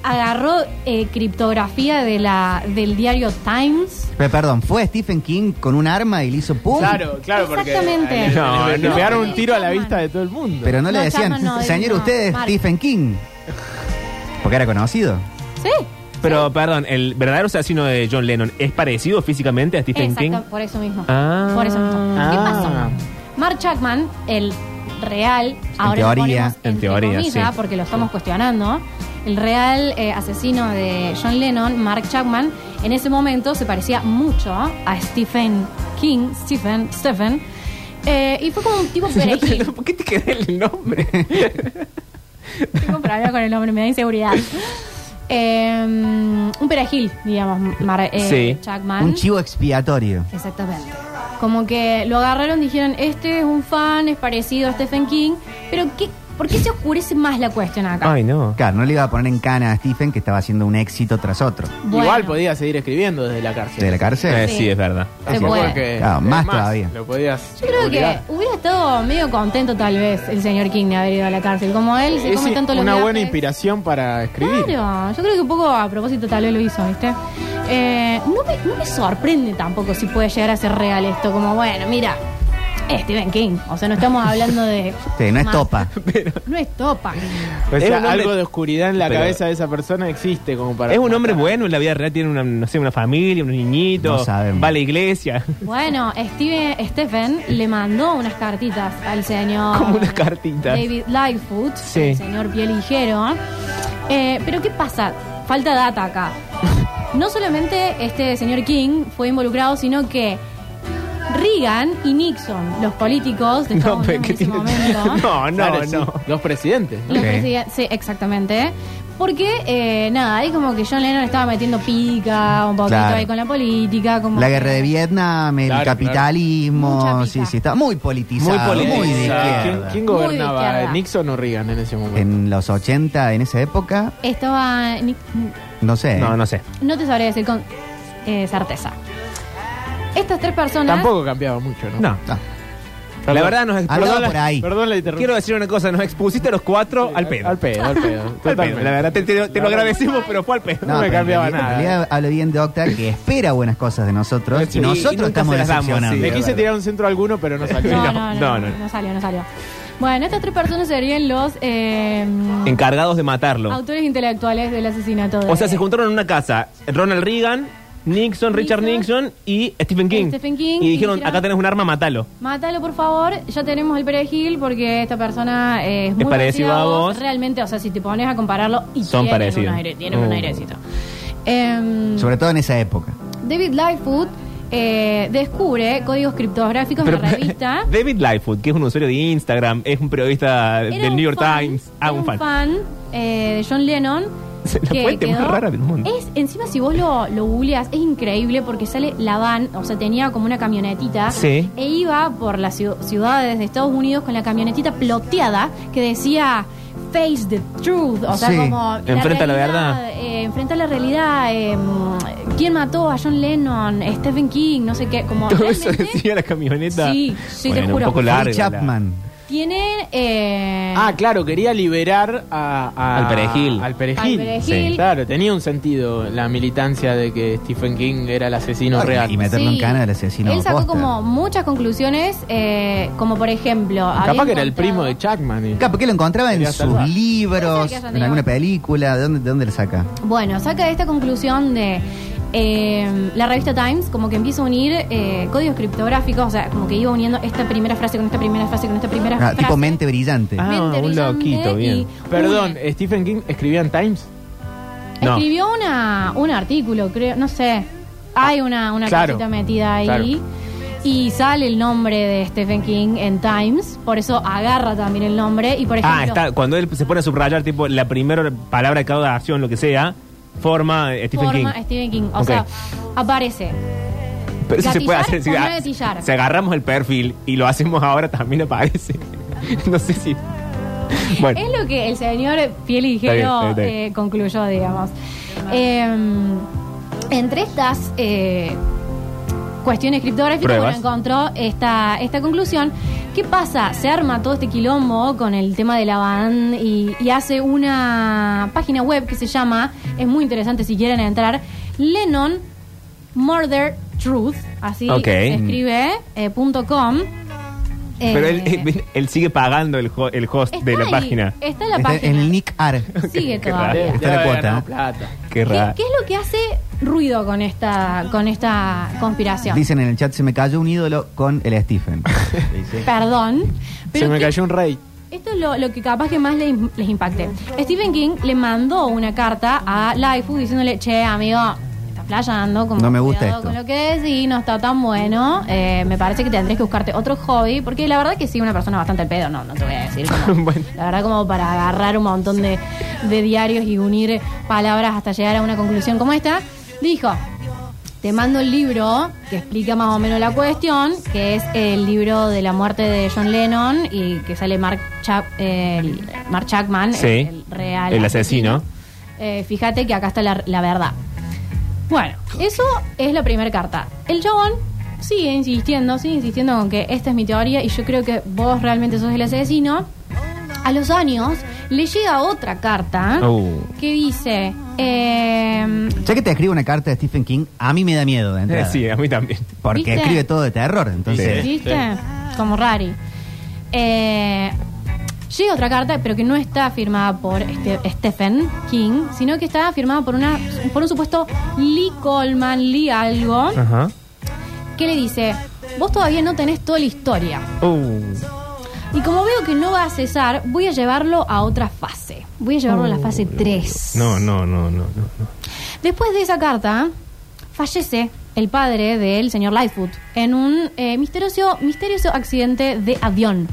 [SPEAKER 8] Agarró eh, criptografía de la, del diario Times.
[SPEAKER 6] Pero perdón, fue Stephen King con un arma y le hizo pum.
[SPEAKER 7] Claro, claro, porque
[SPEAKER 8] Exactamente.
[SPEAKER 7] le- le-
[SPEAKER 5] No,
[SPEAKER 7] le- le
[SPEAKER 5] no.
[SPEAKER 7] pegaron un tiro a la
[SPEAKER 8] Chapman.
[SPEAKER 7] vista de todo el mundo.
[SPEAKER 6] Pero no, le
[SPEAKER 8] No,
[SPEAKER 6] decían,
[SPEAKER 8] Chapman no,
[SPEAKER 6] señor,
[SPEAKER 8] no,
[SPEAKER 6] usted es
[SPEAKER 8] Mark.
[SPEAKER 6] Stephen King. Porque era conocido.
[SPEAKER 8] Sí.
[SPEAKER 5] Pero, perdón, el verdadero asesino de John Lennon es parecido físicamente a Stephen King.
[SPEAKER 8] Exacto, por eso mismo.
[SPEAKER 5] Ah.
[SPEAKER 8] Por eso mismo. ¿Qué
[SPEAKER 7] Ah.
[SPEAKER 8] pasó? Mark Chapman, el real, ahora lo
[SPEAKER 6] teoría.
[SPEAKER 8] ponemos
[SPEAKER 5] En
[SPEAKER 8] entre
[SPEAKER 5] teoría,
[SPEAKER 8] comillas,
[SPEAKER 5] sí.
[SPEAKER 8] porque lo estamos cuestionando. El real eh, asesino de John Lennon, Mark Chapman, en ese momento se parecía mucho a Stephen King, Stephen, Stephen, eh, y fue como un tipo
[SPEAKER 5] No te-
[SPEAKER 8] perejil.
[SPEAKER 5] no, ¿Por qué te quedé el nombre?
[SPEAKER 8] tipo problema con el nombre, me da inseguridad. Eh, un perejil, digamos, Mar- eh,
[SPEAKER 5] Sí.
[SPEAKER 8] Chapman.
[SPEAKER 6] Un chivo expiatorio.
[SPEAKER 8] Exactamente. Como que lo agarraron, dijeron, este es un fan, es parecido a Stephen King, pero ¿qué, ¿por qué se oscurece más la cuestión acá?
[SPEAKER 5] Ay, no.
[SPEAKER 6] Claro, no le iba a poner en cana a Stephen que estaba haciendo un éxito tras otro.
[SPEAKER 8] Bueno,
[SPEAKER 7] Igual podía seguir escribiendo desde la cárcel.
[SPEAKER 6] ¿De la
[SPEAKER 5] Eh,
[SPEAKER 6] cárcel?
[SPEAKER 5] sí.
[SPEAKER 8] Sí.
[SPEAKER 5] es verdad.
[SPEAKER 8] Se
[SPEAKER 7] Tampoco
[SPEAKER 8] puede.
[SPEAKER 7] es que-
[SPEAKER 6] Claro,
[SPEAKER 7] es
[SPEAKER 6] más todavía.
[SPEAKER 7] Lo podías.
[SPEAKER 8] Yo creo que
[SPEAKER 7] obligar.
[SPEAKER 8] hubiera estado medio contento tal vez el señor King de haber ido a la cárcel. Como él, se
[SPEAKER 7] Es
[SPEAKER 8] come tanto los
[SPEAKER 7] una buena
[SPEAKER 8] viajes.
[SPEAKER 7] inspiración para escribir.
[SPEAKER 8] Claro, yo creo que un poco a propósito tal vez lo hizo, ¿viste? Eh, no, me, no me sorprende tampoco si puede llegar a ser real esto, como bueno, mira, es Stephen King, o sea, no estamos hablando de...
[SPEAKER 6] Sí, no es
[SPEAKER 8] Ma-
[SPEAKER 6] topa.
[SPEAKER 8] No es topa.
[SPEAKER 7] O
[SPEAKER 5] Es
[SPEAKER 7] sea,
[SPEAKER 5] un hombre-
[SPEAKER 7] algo de oscuridad en la
[SPEAKER 5] Pero-
[SPEAKER 7] cabeza de esa persona existe como para.
[SPEAKER 5] Es un hombre bueno en la vida real, tiene una, no sé, una familia, unos niñitos.
[SPEAKER 6] No sabemos.
[SPEAKER 5] Va a la iglesia.
[SPEAKER 8] Bueno, Steven, Stephen le mandó unas cartitas al señor...
[SPEAKER 5] Como unas cartitas.
[SPEAKER 8] David Lightfoot,
[SPEAKER 5] Sí.
[SPEAKER 8] el señor piel ligero. Eh, pero ¿qué pasa? Falta data acá. No solamente este señor King fue involucrado, sino que Reagan y Nixon, los políticos de Estados
[SPEAKER 5] pero
[SPEAKER 8] Unidos
[SPEAKER 5] ¿qué
[SPEAKER 8] en ese
[SPEAKER 5] tiene-
[SPEAKER 8] momento, ¿eh?
[SPEAKER 5] No, no,
[SPEAKER 7] Claro, sí,
[SPEAKER 5] no.
[SPEAKER 7] Los presidentes. ¿no?
[SPEAKER 8] los
[SPEAKER 6] Ok.
[SPEAKER 8] presiden- sí, exactamente. Porque, eh, nada, ahí como que John Lennon estaba metiendo pica, un poquito
[SPEAKER 6] Claro.
[SPEAKER 8] ahí con la política. Como
[SPEAKER 6] La
[SPEAKER 8] que-
[SPEAKER 6] guerra de Vietnam, el
[SPEAKER 7] Claro,
[SPEAKER 6] capitalismo.
[SPEAKER 8] claro. Mucha
[SPEAKER 6] Sí,
[SPEAKER 8] pica.
[SPEAKER 6] sí, está muy politizado. Muy, de
[SPEAKER 7] politizado. ¿Quién,
[SPEAKER 6] izquierda.
[SPEAKER 7] quién
[SPEAKER 8] Muy de
[SPEAKER 7] gobernaba?
[SPEAKER 8] izquierda.
[SPEAKER 7] ¿Nixon o Reagan en ese momento?
[SPEAKER 6] En los 80, en esa época,
[SPEAKER 8] Estaba. Nick-
[SPEAKER 6] no sé.
[SPEAKER 5] No, no sé.
[SPEAKER 8] No te sabré decir con eh, certeza. Estas tres personas.
[SPEAKER 7] Tampoco cambiaba mucho, ¿no?
[SPEAKER 5] No.
[SPEAKER 6] No.
[SPEAKER 7] Perdón.
[SPEAKER 5] La verdad nos
[SPEAKER 6] Andaba
[SPEAKER 5] perdón la-
[SPEAKER 6] por ahí.
[SPEAKER 7] Perdón la interrupción.
[SPEAKER 5] Quiero decir una cosa, nos expusiste a los cuatro al pedo.
[SPEAKER 7] Al pedo, al pedo.
[SPEAKER 5] Al pedo,
[SPEAKER 7] Totalmente.
[SPEAKER 5] La verdad, te, te- te lo
[SPEAKER 7] La verdad.
[SPEAKER 5] agradecemos, pero fue al pedo.
[SPEAKER 7] No me
[SPEAKER 6] pero
[SPEAKER 7] cambiaba
[SPEAKER 6] en realidad-
[SPEAKER 7] nada.
[SPEAKER 6] En realidad hablo bien de Octa, que espera buenas cosas de nosotros.
[SPEAKER 5] Sí, y
[SPEAKER 6] y nosotros
[SPEAKER 5] nunca
[SPEAKER 6] estamos
[SPEAKER 5] se las damos,
[SPEAKER 6] decepcionados.
[SPEAKER 5] sí.
[SPEAKER 7] Le quise tirar un centro a alguno, pero no salió.
[SPEAKER 8] No,
[SPEAKER 5] No,
[SPEAKER 8] no, no,
[SPEAKER 5] no,
[SPEAKER 8] no,
[SPEAKER 5] no.
[SPEAKER 8] no salió, no salió. Bueno, estas tres personas serían los eh,
[SPEAKER 5] Encargados de matarlo.
[SPEAKER 8] autores intelectuales del asesinato de
[SPEAKER 5] O sea, se juntaron en una casa Ronald Reagan, Nixon, Richard
[SPEAKER 8] Nixon,
[SPEAKER 5] Nixon y Stephen King.
[SPEAKER 8] Stephen King,
[SPEAKER 5] Y
[SPEAKER 8] y
[SPEAKER 5] dijeron,
[SPEAKER 8] dijeron,
[SPEAKER 5] acá tenés un arma, matalo.
[SPEAKER 8] Mátalo, por favor. Ya tenemos el perejil porque esta persona eh, es muy
[SPEAKER 5] parecido
[SPEAKER 8] parecida
[SPEAKER 5] a vos.
[SPEAKER 8] Realmente, o sea, si te pones a compararlo, y
[SPEAKER 5] Son
[SPEAKER 8] tienen
[SPEAKER 5] parecidos.
[SPEAKER 8] Un aire, tienen un
[SPEAKER 5] Mm.
[SPEAKER 8] airecito. Em,
[SPEAKER 6] Sobre todo en esa época.
[SPEAKER 8] David Lightfoot eh, descubre códigos criptográficos en la revista.
[SPEAKER 5] David Lightfoot, que es un usuario de Instagram, es un periodista
[SPEAKER 8] Era
[SPEAKER 5] del
[SPEAKER 8] un
[SPEAKER 5] New York
[SPEAKER 8] fan,
[SPEAKER 5] Times.
[SPEAKER 8] era
[SPEAKER 5] Ah, un fan.
[SPEAKER 8] eh, de John Lennon.
[SPEAKER 5] Es la fuente más rara del mundo.
[SPEAKER 8] Es, encima, si vos lo, lo googleas, es increíble porque sale la van, o sea, tenía como una camionetita.
[SPEAKER 5] Sí.
[SPEAKER 8] E iba por las ciu- ciudades de Estados Unidos con la camionetita ploteada que decía Face the truth. O sea,
[SPEAKER 6] Sí,
[SPEAKER 8] como.
[SPEAKER 5] enfrenta la
[SPEAKER 8] realidad,
[SPEAKER 5] verdad.
[SPEAKER 8] eh, enfrenta la realidad. eh, mm, ¿Quién mató a John Lennon? Stephen King, no sé qué. Como
[SPEAKER 5] Todo eso
[SPEAKER 8] realmente
[SPEAKER 5] decía la camioneta.
[SPEAKER 8] Sí, sí, te
[SPEAKER 5] Bueno,
[SPEAKER 8] juro.
[SPEAKER 5] Un poco largo.
[SPEAKER 6] Harry Chapman.
[SPEAKER 8] Tiene. eh,
[SPEAKER 7] Ah, claro, quería liberar a, a-
[SPEAKER 5] Al perejil.
[SPEAKER 7] Al perejil.
[SPEAKER 8] Al perejil.
[SPEAKER 7] Sí. Claro, tenía un sentido la militancia de que Stephen King era el asesino real.
[SPEAKER 6] Y meterlo
[SPEAKER 8] Sí.
[SPEAKER 6] en cana del asesino.
[SPEAKER 8] Él sacó
[SPEAKER 6] posta.
[SPEAKER 8] como muchas conclusiones, eh, como por ejemplo.
[SPEAKER 7] Capaz que era el primo de Chapman. eh. y-
[SPEAKER 6] Capaz que lo encontraba en
[SPEAKER 7] Quería
[SPEAKER 6] sus
[SPEAKER 7] salvar.
[SPEAKER 8] Puede ser
[SPEAKER 6] libros,
[SPEAKER 8] que haya
[SPEAKER 6] en
[SPEAKER 8] tenido-
[SPEAKER 6] alguna película. ¿De dónde, de dónde le saca?
[SPEAKER 8] Bueno, saca esta conclusión de. eh, la revista Times como que empieza a unir eh, códigos criptográficos, o sea, como que iba uniendo esta primera frase con esta primera frase con esta primera
[SPEAKER 6] Ah,
[SPEAKER 8] frase.
[SPEAKER 6] tipo mente brillante.
[SPEAKER 5] Ah, un
[SPEAKER 8] brillante
[SPEAKER 5] loquito, bien.
[SPEAKER 8] y
[SPEAKER 7] Perdón,
[SPEAKER 8] une.
[SPEAKER 7] Stephen King escribía en Times.
[SPEAKER 5] no.
[SPEAKER 8] Escribió una, un artículo, creo, no sé. Hay una, una
[SPEAKER 7] Ah, Claro,
[SPEAKER 8] cosita metida ahí.
[SPEAKER 7] claro.
[SPEAKER 8] Y sale el nombre de Stephen King en Times, por eso agarra también el nombre. Y por ejemplo,
[SPEAKER 5] Ah, está, cuando él se pone a subrayar, tipo, la primera palabra de cada acción, lo que sea, forma eh, Stephen
[SPEAKER 8] forma este,
[SPEAKER 5] King.
[SPEAKER 8] Stephen King. O
[SPEAKER 5] Ok.
[SPEAKER 8] sea, aparece.
[SPEAKER 5] Pero eso se puede
[SPEAKER 8] gatillar
[SPEAKER 5] hacer. Si,
[SPEAKER 8] o no
[SPEAKER 5] ah,
[SPEAKER 8] gatillar.
[SPEAKER 5] si agarramos el perfil y lo hacemos ahora, también aparece. no sé si. Bueno.
[SPEAKER 8] Es lo que el señor Piel y
[SPEAKER 5] Está bien,
[SPEAKER 8] Ligero,
[SPEAKER 5] está bien.
[SPEAKER 8] eh, concluyó, digamos. Eh, entre estas eh, cuestiones criptográficas,
[SPEAKER 5] Pruebas.
[SPEAKER 8] bueno, encontró esta, esta conclusión. ¿Qué pasa? Se arma todo este quilombo con el tema de la van y, y hace una página web que se llama, es muy interesante si quieren entrar, Lennon Murder Truth, así
[SPEAKER 5] Ok.
[SPEAKER 8] se escribe, eh, punto com.
[SPEAKER 5] Pero él,
[SPEAKER 8] Eh,
[SPEAKER 5] él- él sigue pagando el, ho- el host de la
[SPEAKER 8] ahí,
[SPEAKER 5] página.
[SPEAKER 8] Eh, Está en la
[SPEAKER 6] Está
[SPEAKER 8] página.
[SPEAKER 6] en el Nick Ar.
[SPEAKER 8] Sigue
[SPEAKER 5] Qué
[SPEAKER 8] todavía.
[SPEAKER 5] raro.
[SPEAKER 6] Está la
[SPEAKER 7] Debe haber
[SPEAKER 6] cuota.
[SPEAKER 7] ganado plata.
[SPEAKER 5] Qué
[SPEAKER 8] ¿Qué,
[SPEAKER 5] raro.
[SPEAKER 8] qué es lo que hace ruido con esta, con esta conspiración?
[SPEAKER 6] Dicen en el chat, se me cayó un ídolo con el Stephen.
[SPEAKER 8] Perdón. Pero
[SPEAKER 7] Se me
[SPEAKER 8] ¿qué-
[SPEAKER 7] cayó un rey.
[SPEAKER 8] Esto es lo, lo que capaz que más le- les impacte. Stephen King le mandó una carta a Lightfoot diciéndole, che, amigo, esta está flayando. Como
[SPEAKER 6] No me gusta
[SPEAKER 8] cuidado
[SPEAKER 6] esto.
[SPEAKER 8] Con lo que decís, no está tan bueno. Eh, me parece que tendrías que buscarte otro hobby, porque la verdad que sí, una persona bastante al pedo, no, no te voy a decir. como-
[SPEAKER 5] Bueno.
[SPEAKER 8] La verdad, como para agarrar un montón de, de diarios y unir palabras hasta llegar a una conclusión como esta, dijo. Te mando el libro que explica más o menos la cuestión, que es el libro de la muerte de John Lennon y que sale Mark, Chap- el- Mark Chapman,
[SPEAKER 5] Sí,
[SPEAKER 8] el, el real
[SPEAKER 5] el asesino.
[SPEAKER 8] Eh, fíjate que acá está la, la verdad. Bueno, eso es la primera carta. El chabón sigue insistiendo, sigue insistiendo con que esta es mi teoría y yo creo que vos realmente sos el asesino. A los años le llega otra carta
[SPEAKER 5] Uh.
[SPEAKER 8] que dice... em,
[SPEAKER 6] Ya que te escribe una carta de Stephen King, a mí me da miedo de entrada.
[SPEAKER 5] Eh, sí, a mí también.
[SPEAKER 6] Porque
[SPEAKER 8] ¿Viste?
[SPEAKER 6] escribe todo de terror, entonces.
[SPEAKER 8] ¿Viste? Como Rari. Eh, llega otra carta, pero que no está firmada por este, Stephen King, sino que está firmada por una por un supuesto Lee Coleman, Lee algo,
[SPEAKER 5] Ajá.
[SPEAKER 8] que le dice, vos todavía no tenés toda la historia.
[SPEAKER 5] Uh.
[SPEAKER 8] Y como veo que no va a cesar, voy a llevarlo a otra fase. Voy a llevarlo a la fase 3.
[SPEAKER 5] Oh, No, no, no, no, no.
[SPEAKER 8] Después de esa carta, fallece el padre del señor Lightfoot en un eh, misterioso, misterioso accidente de avión.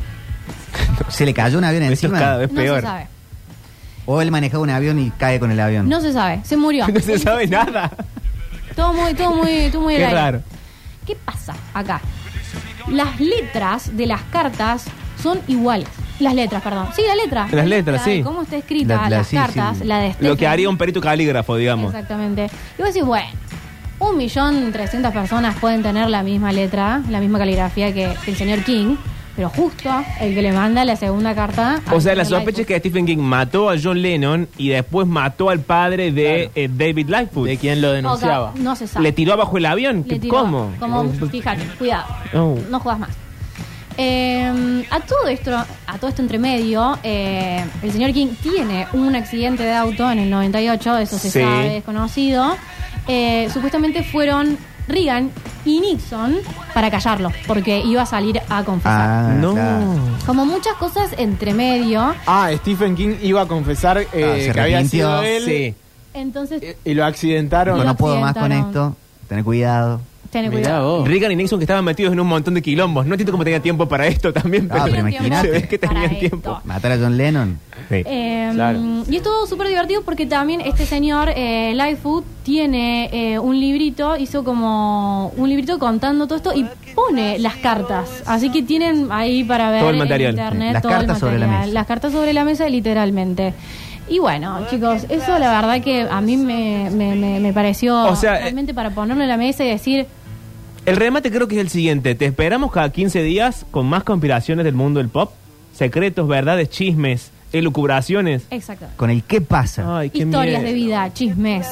[SPEAKER 6] Se le cayó un avión
[SPEAKER 5] Esto es
[SPEAKER 6] encima.
[SPEAKER 5] cada vez
[SPEAKER 8] no
[SPEAKER 5] peor.
[SPEAKER 8] se sabe.
[SPEAKER 6] O él manejaba un avión y cae con el avión.
[SPEAKER 8] No se sabe. Se murió.
[SPEAKER 5] No se sabe nada.
[SPEAKER 8] Todo muy, todo muy, todo muy
[SPEAKER 5] Qué
[SPEAKER 8] al aire.
[SPEAKER 5] raro.
[SPEAKER 8] ¿Qué pasa acá? Las letras de las cartas son iguales. Las letras, perdón. Sí, la letra.
[SPEAKER 5] Las
[SPEAKER 8] La
[SPEAKER 5] letras,
[SPEAKER 8] letra de
[SPEAKER 5] sí.
[SPEAKER 8] Cómo está escrita
[SPEAKER 6] La- la-
[SPEAKER 8] las
[SPEAKER 6] sí,
[SPEAKER 8] cartas,
[SPEAKER 6] sí.
[SPEAKER 8] la de
[SPEAKER 5] Lo que
[SPEAKER 8] Stephen.
[SPEAKER 5] haría un perito calígrafo, digamos.
[SPEAKER 8] Exactamente. Y vos decís, bueno, un millón trescientas personas pueden tener la misma letra, la misma caligrafía que el señor King, pero justo el que le manda la segunda carta.
[SPEAKER 5] O sea,
[SPEAKER 8] al
[SPEAKER 5] la
[SPEAKER 8] señor
[SPEAKER 5] sospecha es
[SPEAKER 8] Lightfoot.
[SPEAKER 5] que Stephen King mató a John Lennon y después mató al padre de eh, David Lightfoot.
[SPEAKER 7] de quien lo
[SPEAKER 8] O sea,
[SPEAKER 7] denunciaba. Ah,
[SPEAKER 8] no se sabe.
[SPEAKER 5] Le tiró abajo el avión.
[SPEAKER 8] Le
[SPEAKER 5] ¿Qué-
[SPEAKER 8] tiró,
[SPEAKER 5] ¿Cómo?
[SPEAKER 8] Como, fíjate, cuidado,
[SPEAKER 5] Oh.
[SPEAKER 8] no juegas más. Eh, a todo esto, a todo esto entre medio, eh, el señor King tiene un accidente de auto en el 98, eso se
[SPEAKER 5] Sí.
[SPEAKER 8] sabe, desconocido. Eh, supuestamente fueron Reagan y Nixon para callarlo, porque iba a salir a confesar.
[SPEAKER 6] Ah,
[SPEAKER 5] No.
[SPEAKER 6] claro.
[SPEAKER 8] Como muchas cosas entre medio,
[SPEAKER 7] Ah, Stephen King iba a confesar eh,
[SPEAKER 6] Ah, se
[SPEAKER 7] que había
[SPEAKER 6] arrepintió.
[SPEAKER 7] sido él
[SPEAKER 5] Sí.
[SPEAKER 8] entonces
[SPEAKER 7] eh, y lo accidentaron.
[SPEAKER 6] Digo, no puedo más con
[SPEAKER 8] accidentaron.
[SPEAKER 6] esto. Tener cuidado.
[SPEAKER 8] ten
[SPEAKER 7] Mirá
[SPEAKER 8] cuidado.
[SPEAKER 7] vos.
[SPEAKER 5] Reagan y Nixon que estaban metidos en un montón de quilombos. No entiendo cómo tenían tiempo para esto también,
[SPEAKER 6] Ah,
[SPEAKER 5] pero,
[SPEAKER 6] pero imagínate.
[SPEAKER 5] se ve que
[SPEAKER 8] Para
[SPEAKER 5] tenían
[SPEAKER 8] esto.
[SPEAKER 5] tiempo.
[SPEAKER 6] Matar a John Lennon.
[SPEAKER 5] Sí.
[SPEAKER 8] Eh,
[SPEAKER 7] Claro.
[SPEAKER 8] Y es todo súper divertido porque también este señor, eh, Lightfoot, tiene eh, un librito, hizo como un librito contando todo esto y pone las cartas. Así que tienen ahí para ver
[SPEAKER 5] Todo el
[SPEAKER 8] en
[SPEAKER 5] material.
[SPEAKER 8] internet
[SPEAKER 6] Las
[SPEAKER 8] todo el
[SPEAKER 6] cartas sobre la
[SPEAKER 8] material.
[SPEAKER 6] mesa.
[SPEAKER 8] Las cartas sobre la mesa, literalmente. Y bueno, chicos, eso la verdad que a mí me, me- me- me pareció
[SPEAKER 5] O sea, eh,
[SPEAKER 8] realmente para ponerlo en la mesa y decir,
[SPEAKER 5] El remate creo que es el siguiente. Te esperamos cada 15 días con más conspiraciones del mundo del pop. Secretos, verdades, chismes, elucubraciones.
[SPEAKER 8] exacto,
[SPEAKER 6] Con el qué pasa.
[SPEAKER 5] Ay, qué
[SPEAKER 8] historias
[SPEAKER 5] miedo.
[SPEAKER 8] de vida, chismes.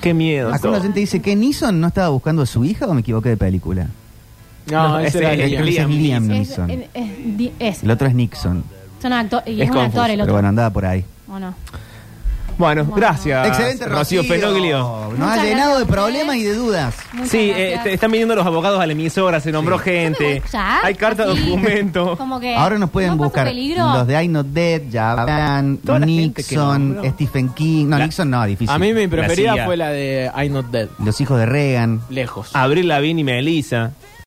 [SPEAKER 5] Qué miedo.
[SPEAKER 6] Acá la
[SPEAKER 5] todo.
[SPEAKER 6] gente dice que Nixon no estaba buscando a su hija o me equivoqué de película.
[SPEAKER 7] No,
[SPEAKER 5] No,
[SPEAKER 7] ese
[SPEAKER 5] ese
[SPEAKER 7] era
[SPEAKER 5] es
[SPEAKER 6] Creo que
[SPEAKER 7] Liam.
[SPEAKER 5] el-
[SPEAKER 6] ese es
[SPEAKER 5] Liam
[SPEAKER 6] Liam
[SPEAKER 8] Es,
[SPEAKER 6] Neeson.
[SPEAKER 8] es- es- di- es-
[SPEAKER 6] El otro es Nixon.
[SPEAKER 8] son acto- y
[SPEAKER 5] Es
[SPEAKER 8] es un
[SPEAKER 5] confuso,
[SPEAKER 8] actor el
[SPEAKER 6] Pero
[SPEAKER 8] otro.
[SPEAKER 6] bueno, andaba por ahí.
[SPEAKER 8] ¿o no?
[SPEAKER 5] Bueno, gracias. Ah, Rocío Penoglio.
[SPEAKER 6] Nos
[SPEAKER 8] Muchas
[SPEAKER 6] ha llenado de
[SPEAKER 8] gracias.
[SPEAKER 6] problemas y de dudas.
[SPEAKER 8] Muchas
[SPEAKER 5] Sí,
[SPEAKER 8] gracias.
[SPEAKER 5] eh, te- están viniendo los abogados a la emisora, se nombró gente.
[SPEAKER 8] Ya,
[SPEAKER 5] Hay carta
[SPEAKER 8] así,
[SPEAKER 5] documento.
[SPEAKER 8] como que
[SPEAKER 6] Ahora nos pueden
[SPEAKER 8] no pasa
[SPEAKER 6] buscar
[SPEAKER 8] peligro.
[SPEAKER 6] los de I Not Dead, Javan,
[SPEAKER 5] Toda la gente que
[SPEAKER 6] Nixon,
[SPEAKER 5] nombró.
[SPEAKER 6] Stephen King. No,
[SPEAKER 5] La-
[SPEAKER 6] Nixon no, difícil.
[SPEAKER 7] A mí mi preferida
[SPEAKER 5] CIA.
[SPEAKER 7] fue la de I'm Not Dead.
[SPEAKER 6] Los hijos de Reagan.
[SPEAKER 7] Lejos.
[SPEAKER 5] Abril Lavín y Melissa.